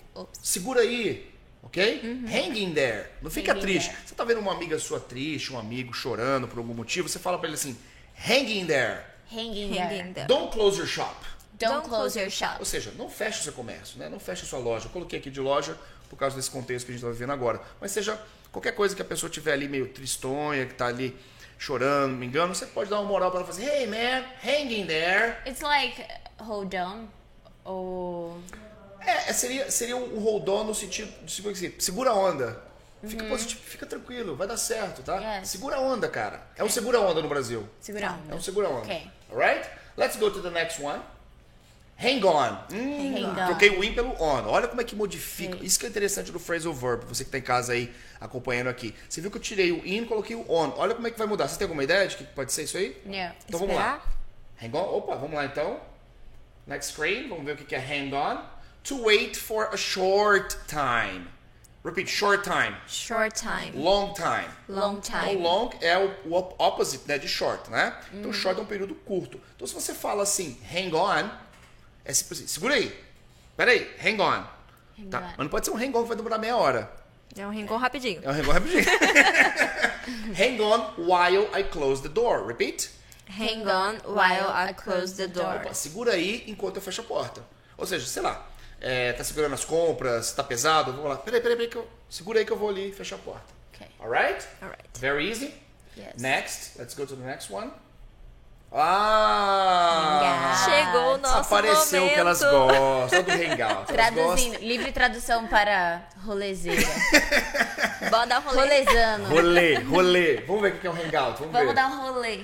C: Segura aí. Ok? Hang in there. Não fica
A: Hang in
C: triste.
A: there.
C: Você tá vendo uma amiga sua triste, um amigo chorando por algum motivo, você fala pra ele assim: hang in there.
A: Hanging
B: Hang
A: there.
B: in there.
C: Don't close your shop.
A: Don't close your shop.
C: Ou seja, não feche o seu comércio, né? Não feche a sua loja. Eu coloquei aqui de loja por causa desse contexto que a gente está vivendo agora. Mas seja qualquer coisa que a pessoa tiver ali meio tristonha, que tá ali chorando, me engano, você pode dar uma moral pra ela e falar assim, hey man, hang in there.
A: It's like uh, hold on. Ou.
C: É, é, seria, seria um hold on no sentido de tipo assim, segura a onda. Fica positivo, fica tranquilo, vai dar certo, tá?
A: Uhum. Yes.
C: Segura a onda, cara. É um segura onda no Brasil.
A: Segura a onda.
C: É um segura onda.
A: Ok.
C: Alright? Let's go to the next one. Hang on. Hum,
A: Hang on.
C: Troquei o in pelo on. Olha como é que modifica. Isso que é interessante do phrasal verb, você que tá em casa aí acompanhando aqui. Você viu que eu tirei o in e coloquei o on. Olha como é que vai mudar. Você tem alguma ideia de que pode ser isso aí?
A: No.
C: Então vamos lá. Hang on. Opa, vamos lá então. Next screen, vamos ver o que que é hang on. To wait for a short time. Repeat, short time.
B: Short time.
C: Long time.
B: Long
C: Então,
B: time.
C: long é o, o op- opposite né, de short, né? Então, short é um período curto. Então, se você fala assim, hang on, é tipo assim, segura aí. Pera aí, hang on. Tá,
A: on.
C: Mas não pode ser um hang on que vai demorar meia hora.
B: É um ringão rapidinho.
C: É um hang on rapidinho. hang on while I close the door. Repeat.
B: Hang on while I close the door.
C: Opa, segura aí enquanto eu fecho a porta. Ou seja, sei lá, é, tá segurando as compras, tá pesado, vamos lá. Peraí, peraí, peraí, que eu, segura aí que eu vou ali fechar a porta.
A: Ok.
C: Alright?
B: Alright.
C: Very easy.
A: Yes.
C: Next, let's go to the next one. Ah!
B: Chegou o nosso
C: Apareceu o
B: momento.
C: que elas gostam do hangout. Elas gostam.
A: Traduzindo. Livre tradução para rolezeira.
B: Bora dar um rolê.
A: Rolezando.
C: Rolê, rolê. Vamos ver o que é um hangout. Vamos, ver.
A: Vamos dar um rolê.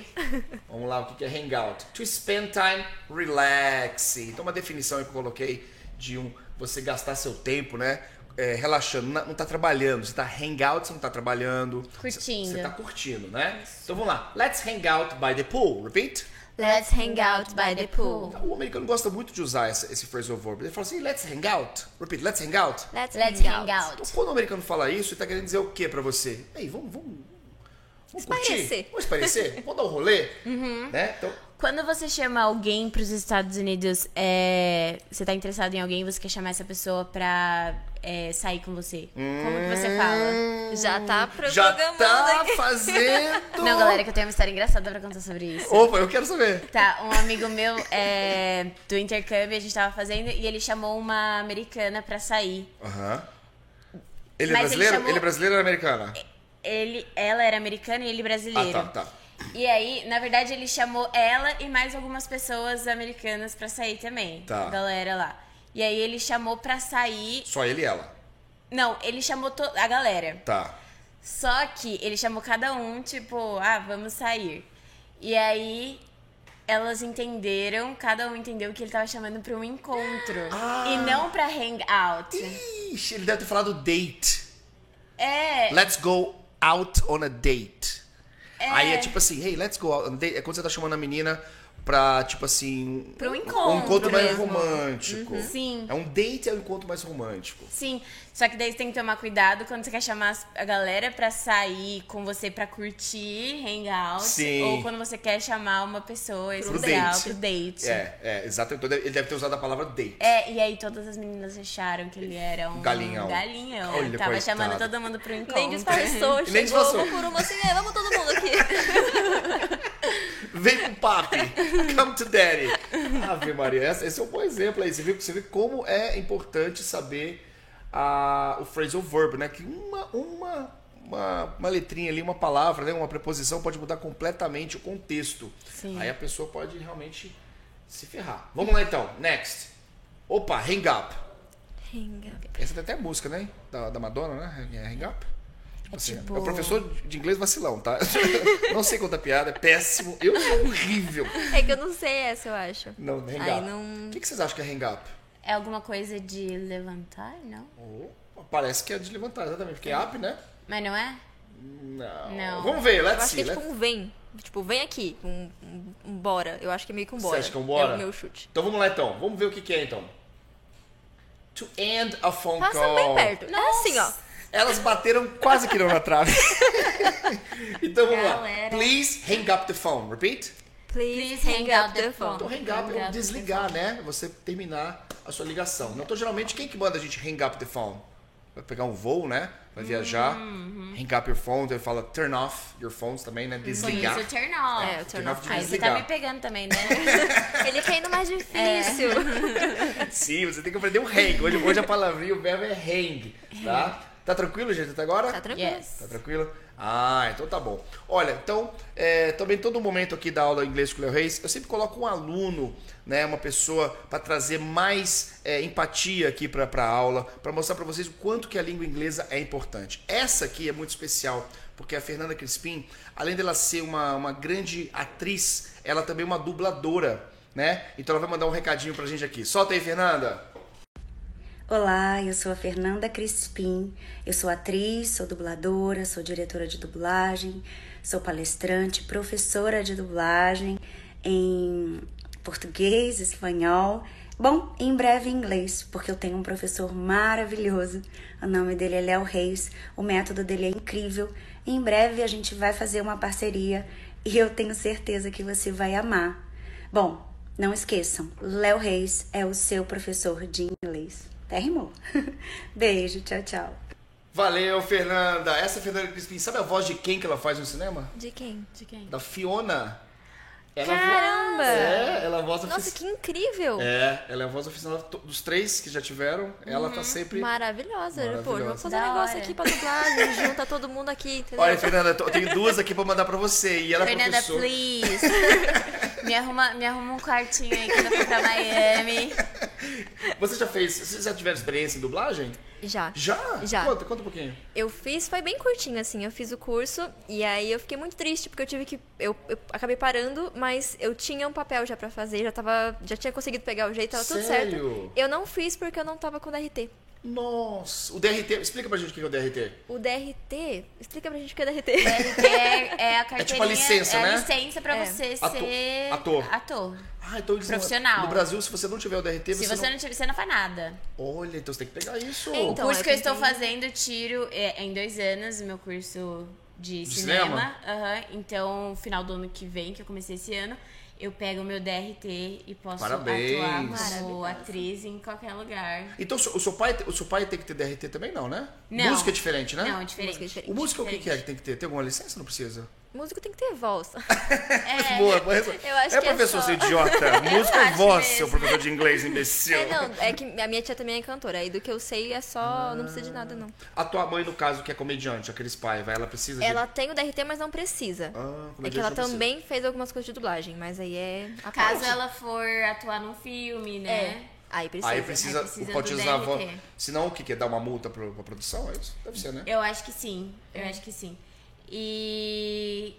C: Vamos lá, o que que é hangout? To spend time relaxing. Então, uma definição aí que eu coloquei de um você gastar seu tempo, né? é, relaxando, na- não tá trabalhando, você tá hangout, você não tá trabalhando.
A: Curtindo.
C: Você tá curtindo, né? Então vamos lá. Let's hang out by the pool. Repeat.
B: Let's hang out by the pool.
C: O americano gosta muito de usar essa- esse phrasal verb. Ele fala assim, let's hang out. Repeat, let's hang out.
B: Let's,
A: Let's hang out.
C: Então, quando o americano fala isso, ele tá querendo dizer o que pra você? Ei, vamos, vamos, vamos
B: Espairecer.
C: curtir? Vamos esparecer? vamos dar um rolê? Né? Então,
A: Quando você chama alguém pros Estados Unidos, é, você tá interessado em alguém, você quer chamar essa pessoa pra é, sair com você. Como que
C: Hum.
A: você fala?
B: Já tá pro-
C: já
B: programando
C: tá
B: aqui.
C: fazendo...
A: Não, galera, que eu tenho uma história engraçada pra contar sobre isso.
C: Opa, eu quero saber.
A: Tá, um amigo meu é, do intercâmbio, a gente tava fazendo, e ele chamou uma americana pra sair.
C: Aham. Ele
A: Mas ele
C: é brasileiro? Ele,
A: chamou-
C: é brasileiro ou americana?
A: Ele, ela era americana e ele
C: Ah,
A: brasileiro.
C: tá, tá.
A: E aí, na verdade, ele chamou ela e mais algumas pessoas americanas pra sair também.
C: Tá.
A: Galera lá. E aí ele chamou pra sair.
C: Só ele e ela.
A: Não, ele chamou to- a galera.
C: Tá.
A: Só que ele chamou cada um, tipo, ah, vamos sair. E aí elas entenderam, cada um entendeu que ele tava chamando pra um encontro.
C: Ah!
A: E não pra hangout.
C: Ixi, ele deve ter falado date.
A: É.
C: Let's go out on a date. Aí é tipo assim, hey, let's go out on a date. É quando você tá chamando a menina pra, tipo assim...
A: Pra um
C: Um encontro
A: encontro
C: mais
A: mesmo.
C: romântico.
A: Sim.
C: É um date é um encontro mais romântico.
A: Sim, só que daí você tem que tomar cuidado quando você quer chamar as- a galera pra sair com você pra curtir, hangout.
C: Sim.
A: Ou quando você quer chamar uma pessoa
C: Pro
A: especial
C: date.
A: pro date.
C: É, é, exatamente. Então, Ele deve ter usado a palavra date.
A: É, e aí todas as meninas acharam que ele era um
C: Galinhão.
A: galinhão.
C: Olha,
A: Tava
C: coitado.
A: chamando todo mundo pro encontro.
B: Nem disfarçou,
C: Nem
B: chegou
C: disfarçou.
B: uma por uma assim, é, vamos todo mundo aqui.
C: Vem com papi. Come to daddy. Ave Maria. essa- Esse é um bom exemplo aí. Você viu, você vê como é importante saber a, o phrasal verb, né? Que uma, uma, uma, uma letrinha ali, uma palavra, né? uma preposição pode mudar completamente o contexto.
A: Sim.
C: Aí a pessoa pode realmente se ferrar. Vamos lá então. Next. Opa, hang up.
B: Hang out.
C: Essa tem até a música, né? Da, da Madonna, né? É Hang Up. Tipo assim,
A: tipo-
C: É o professor de inglês vacilão, tá? não sei contar piada, é péssimo. Eu sou horrível.
B: É que eu não sei essa, eu acho.
C: Não, Hang
B: Ai,
C: Up.
B: não-
C: O que, que vocês acham que é Hang Up?
A: É alguma coisa de levantar, não?
C: Oh, parece que é de levantar, exatamente. Porque é up, né?
A: Mas não é?
C: Não.
A: Não.
C: Vamos ver,
B: Eu
C: let's
B: acho que
C: see.
B: é tipo
C: let's-
B: um vem. Tipo, vem aqui. Um, um- um bora. Eu acho que é meio que um
C: Você
B: bora.
C: acha que é um bora?
B: É o meu chute.
C: Então vamos lá então. Vamos ver o que, que é então. To end a phone
B: Passa bem
C: call.
B: perto. É assim, ó.
C: Elas bateram quase que não na trave. então vamos lá.
A: Galera.
C: Please hang up the phone. Repeat.
B: Please hang out the phone.
C: Então, hang up é um desligar, né? Você terminar a sua ligação. Então, geralmente, quem que manda a gente hang up the phone? Vai pegar um voo, né? Vai viajar. Hang up your phone. Então, ele fala turn off your phones também, né? Desligar.
A: Isso, tipo- turn off.
B: É, o turn off.
A: Aí você tá me pegando também, né? É.
B: Ele quer ir no mais difícil.
C: Sim, você tem que aprender o hang. Hoje, hoje a palavrinha, o verbo é hang, tá? Tá tranquilo, gente, até agora?
B: Tá tranquilo.
A: yes.
C: Tá tranquilo? Ah, então tá bom. Olha, então, é, também todo momento aqui da aula de inglês com o Léo Reis, eu sempre coloco um aluno, né, uma pessoa, para trazer mais é, empatia aqui para a aula, para mostrar para vocês o quanto que a língua inglesa é importante. Essa aqui é muito especial, porque a Fernanda Crispim, além dela ser uma, uma grande atriz, ela também é uma dubladora, né? Então ela vai mandar um recadinho pra gente aqui. Solta aí, Fernanda!
I: Olá, eu sou a Fernanda Crispim. Eu sou atriz, sou dubladora, sou diretora de dublagem, sou palestrante, professora de dublagem em português, espanhol. Bom, em breve em inglês, porque eu tenho um professor maravilhoso. O nome dele é Léo Reis, o método dele é incrível. Em breve a gente vai fazer uma parceria e eu tenho certeza que você vai amar. Bom, não esqueçam, Léo Reis é o seu professor de inglês. Até rimou. Beijo, tchau, tchau.
C: Valeu, Fernanda! Essa Fernanda Crispim, sabe a voz de quem que ela faz no cinema?
B: De quem?
C: da Fiona. Ela
B: Caramba!
C: É, ela é a voz
B: Nossa,
C: oficial.
B: que incrível.
C: É, ela é a voz oficial to- dos três que já tiveram. Ela
A: Uhum.
C: tá sempre.
B: Maravilhosa. Pô,
C: Maravilhosa.
B: vamos fazer
A: Da
B: um negócio
A: hora.
B: aqui pra dublagem, junta todo mundo aqui, entendeu?
C: Olha, Fernanda, eu tenho duas aqui pra mandar pra você. E ela é
A: Fernanda,
C: professora.
A: please. me, arruma, me arruma um quartinho aí quando eu for pra Miami.
C: Você já fez. Vocês já tiveram experiência em dublagem?
B: Já.
C: Já?
B: Já.
C: Conta, conta um pouquinho.
B: Eu fiz, foi bem curtinho, assim, eu fiz o curso e aí eu fiquei muito triste porque eu tive que, eu, eu acabei parando, mas eu tinha um papel já pra fazer, já tava, já tinha conseguido pegar o jeito, tava tudo
C: Sério?
B: certo. Eu não fiz porque eu não tava com DRT.
C: Nossa, o DRT, explica pra gente o que é o DRT.
B: O DRT, explica pra gente o que é DRT.
A: DRT é, é a carteirinha...
C: tipo a licença,
A: é a
C: né?
A: licença pra
B: É.
A: você
C: Ator-
A: ser...
C: ator.
A: Ator.
C: Ah, então eles não-
A: Profissional.
C: No Brasil, se você não tiver o DRT,
A: Se
C: você,
A: você É, não tiver, você não faz nada.
C: não... Olha, então você tem que pegar isso.
A: o
B: Então,
A: curso
B: eu
A: que eu estou
B: tentei-
A: fazendo, tiro é, em dois anos, o meu curso de,
C: De
A: cinema. Aham. Então, final do ano que vem, que eu comecei esse ano, eu pego o meu DRT e posso
C: Parabéns.
A: atuar como atriz em qualquer lugar.
C: Então o seu- o seu, pai, o seu pai tem que ter DRT também, não, né?
A: Não.
C: Música é diferente, né?
A: Não, é diferente.
B: Música é diferente.
C: O músico o que,
A: diferente.
C: que é que tem que ter? Tem alguma licença? Não precisa.
B: Músico tem que ter voz.
A: É,
C: Boa, boa.
B: Eu acho
C: é
B: que é
C: professor,
B: só-
C: seu idiota. Músico é
A: acho
C: voz,
A: mesmo.
C: seu professor de inglês, imbecil.
B: É, não, é que a minha tia também é cantora. Aí do que eu sei é só. Não precisa de nada, não.
C: A tua mãe, no caso, que é comediante, aqueles pais, vai, ela precisa
B: Ela tem o DRT, mas não precisa.
C: Ah, como é
B: é
C: que
B: que ela
C: não precisa?
B: também fez algumas coisas de dublagem, mas aí é. a
A: Caso
B: parte.
A: ela for atuar num filme,
B: É.
A: né?
B: Aí
C: de.
B: precisa.
C: Aí precisa,
A: aí precisa
C: pode
A: do
C: usar a
A: DRT.
C: voz. Senão, o que que é? Dar uma multa pro, pra produção? É isso? Deve ser, né?
A: Eu acho que sim. Eu acho que sim. E.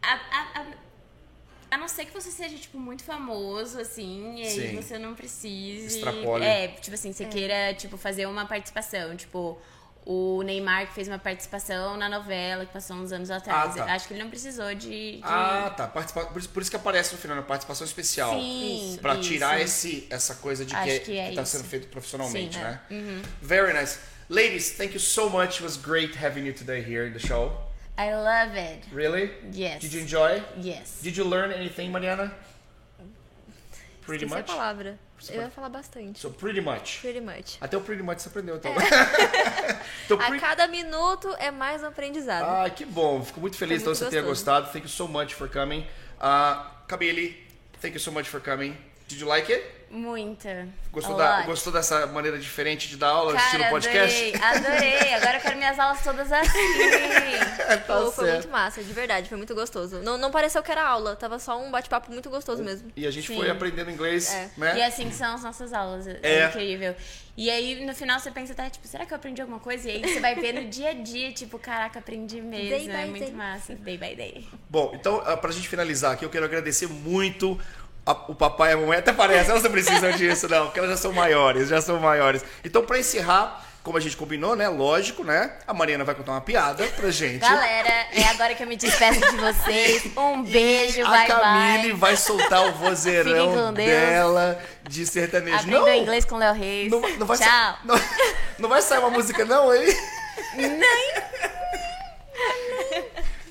A: A, a, a, a não ser que você seja, tipo, muito famoso, assim, e aí
C: Sim.
A: você não precise.
C: Extrapole.
A: É, tipo assim, você queira, tipo, fazer uma participação. Tipo, o Neymar que fez uma participação na novela que passou uns anos atrás.
C: Ah, tá.
A: Acho que ele não precisou de. de-
C: Ah, tá. Participa... Por, isso, por isso que aparece no final, né? participação especial.
A: Sim,
C: Pra
A: isso.
C: tirar esse, essa coisa de que,
A: Acho
C: é-
A: que é
C: tá
A: isso.
C: sendo feito profissionalmente,
A: Sim, é.
C: né? Very nice. Ladies, thank you so much. It was great having you today here in the show.
A: I love it.
C: Really?
A: Yes.
C: Did you enjoy?
A: Yes.
C: Did you learn anything, Mariana? Pretty
B: Esqueci a
C: much?
B: palavra. Eu ia falar bastante.
C: So pretty much.
B: Pretty much.
C: Até o pretty much você aprendeu, então. então
B: É. A
C: pre-
B: cada minuto é mais um aprendizado.
C: Ah, que bom. Fico muito
B: Foi
C: feliz então
B: muito
C: você tenha
B: gostoso.
C: gostado. Thank you so much for coming. Uh, Camille, thank you so much for coming. Did you like it?
A: Muita.
C: Gostou,
A: A
C: da,
A: lot.
C: gostou dessa maneira diferente de dar aula, estilo
A: Cara,
C: podcast?
A: adorei, adorei. Agora eu quero minhas aulas todas assim.
C: Tá
B: Pô, foi muito massa, de verdade, foi muito gostoso. Não, não pareceu que era aula, tava só um bate-papo muito gostoso mesmo.
C: E a gente
A: Sim.
C: foi aprendendo inglês,
B: É.
C: né?
A: E assim que são as nossas aulas. É,
C: É.
A: incrível. E aí, no final, você pensa, tá, tipo, será que eu aprendi alguma coisa? E aí você vai ver no dia a dia, tipo, caraca, aprendi mesmo.
B: Day
A: É
B: by
A: muito
B: day.
A: massa. Day by day.
C: Bom, então, ah, pra gente finalizar aqui, eu quero agradecer muito a- o papai e a mamãe. Até parece, elas não precisam disso, não, porque elas já são maiores, já são maiores. Então, pra encerrar, como a gente combinou, né? Lógico, né? A Mariana vai contar uma piada pra gente.
A: Galera, é agora que eu me despeço de vocês. Um beijo,
C: a
A: bye
C: Camille
A: bye.
C: vai soltar o
A: Fiquem
C: vozeirão
A: com Deus.
C: dela de sertanejo.
A: Aprendam
C: não,
A: inglês com Léo Reis.
C: não, não vai
A: Tchau.
C: Sa... Não, não vai sair uma música, não, aí?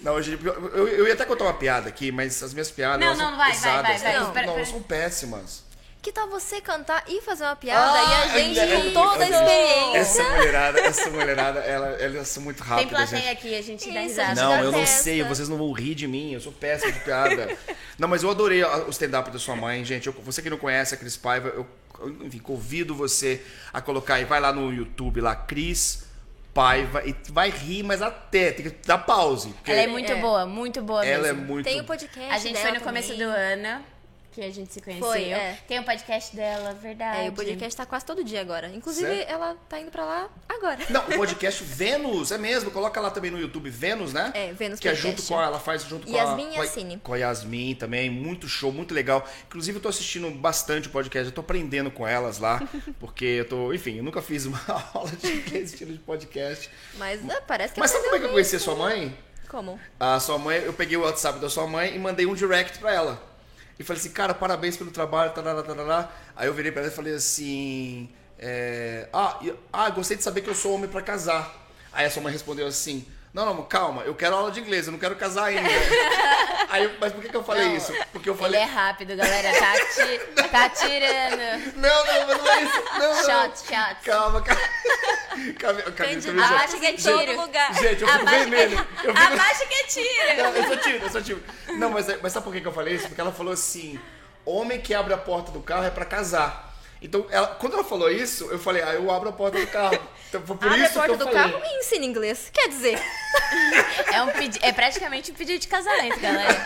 C: Não, hoje eu, eu ia até contar uma piada aqui, mas as minhas piadas
A: Não,
C: elas
A: não,
C: são
A: vai, vai,
C: pesadas. né?
A: vai, vai.
C: Não,
A: Espera,
C: não,
A: espera.
C: são péssimas.
B: Que tal você cantar e fazer uma piada e a gente
C: ai,
B: com toda a
C: ai, ai.
B: experiência?
C: Ah, é Essa é mulherada, essa mulherada, ela, elas são muito
A: Tem
C: rápida, é gente.
A: plateia aqui, a gente dá
B: Isso,
A: risada.
B: da
C: Não, eu não
B: festa.
C: sei, vocês não vão rir de mim, eu sou péssimo de piada. não, mas eu adorei a- o stand-up da sua mãe, gente. Eu- você que não conhece a Cris Paiva, eu, eu, enfim, convido você a colocar aí, vai lá no YouTube, lá, Cris Paiva, e vai rir, mas até, tem que dar pause. Porque
A: Ela é muito
B: É.
A: boa, muito boa
C: ela é
A: mesmo.
C: muito...
B: Tem o podcast.
A: A gente foi
B: dela
A: no começo
B: também.
A: do ano, que a gente se conheceu.
B: é.
A: Tem o podcast dela, verdade.
B: É, o podcast tá quase todo dia agora. Inclusive,
C: Certo.
B: ela tá indo pra lá agora.
C: Não, o podcast Vênus, é mesmo. Coloca lá também no YouTube Vênus, né?
B: É, Vênus
C: Que é
B: Podcast.
C: junto com a, ela faz junto com
B: Yasmin
C: a com a-
B: Yassine.
C: Com a Yasmin também, muito show, muito legal. Inclusive eu tô assistindo bastante o podcast, eu tô aprendendo com elas lá, porque eu tô, enfim, eu nunca fiz uma aula de inglês estilo de podcast.
B: Mas ah, parece que
C: Mas sabe como é que eu
B: aprendeu
C: conheci a
B: bem.
C: sua mãe?
B: Como?
C: A sua mãe, eu peguei o WhatsApp da sua mãe e mandei um direct pra ela. E falei assim, cara, parabéns pelo trabalho, tarará, tarará. Aí eu virei pra ela e falei assim, é, ah, e- ah, gostei de saber que eu sou homem pra casar. Aí a sua mãe respondeu assim, não, não, calma, eu quero aula de inglês, eu não quero casar ainda. Aí, eu- mas por que, que eu falei
A: Não,
C: isso? Porque eu
A: Ele
C: falei,
A: é rápido, galera. Tá, ti- tá tirando.
C: não, não, mas não é isso, não, não.
A: Shot, shot.
C: Calma, calma. Calma, calma, calma,
B: Candidato.
C: calma.
A: Abaixa que é
B: Todo
A: tiro.
B: lugar.
C: Gente, eu fico
A: Abaixa
C: vermelho.
A: que
C: Eu
A: é,
C: fico-
A: abaixa que é tiro.
C: Não, eu sou tímido, eu sou tímido. Não, mas, é- mas sabe por que que eu falei isso? Porque ela falou assim: homem que abre a porta do carro é pra casar. Então, ela- quando ela falou isso, eu falei, ah, eu abro a porta do carro. Então, foi por
B: Abre a
C: isso
B: porta
C: que eu
B: do
C: falei.
B: carro e ensina inglês. Quer dizer,
A: É, um pedi- é praticamente um pedido de casamento, galera.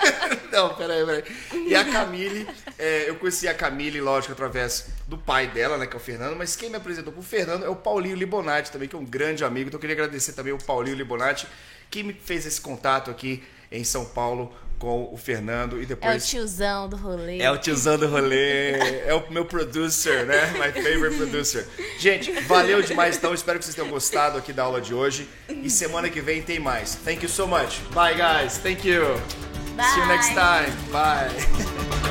C: Não, peraí, peraí. E a Camille, é, eu conheci a Camille, lógico, através do pai dela, né, que é o Fernando, mas quem me apresentou pro Fernando é o Paulinho Libonati também, que é um grande amigo. Então eu queria agradecer também o Paulinho Libonati, que me fez esse contato aqui em São Paulo com o Fernando e
A: É o
C: depois.
A: tiozão do rolê.
C: É o tiozão do rolê, é o meu producer, né? My favorite producer. Gente, valeu demais então. Espero que vocês tenham gostado aqui da aula de hoje. E semana que vem tem mais. Thank you so much. Bye, guys. Thank you. See you next time. Bye.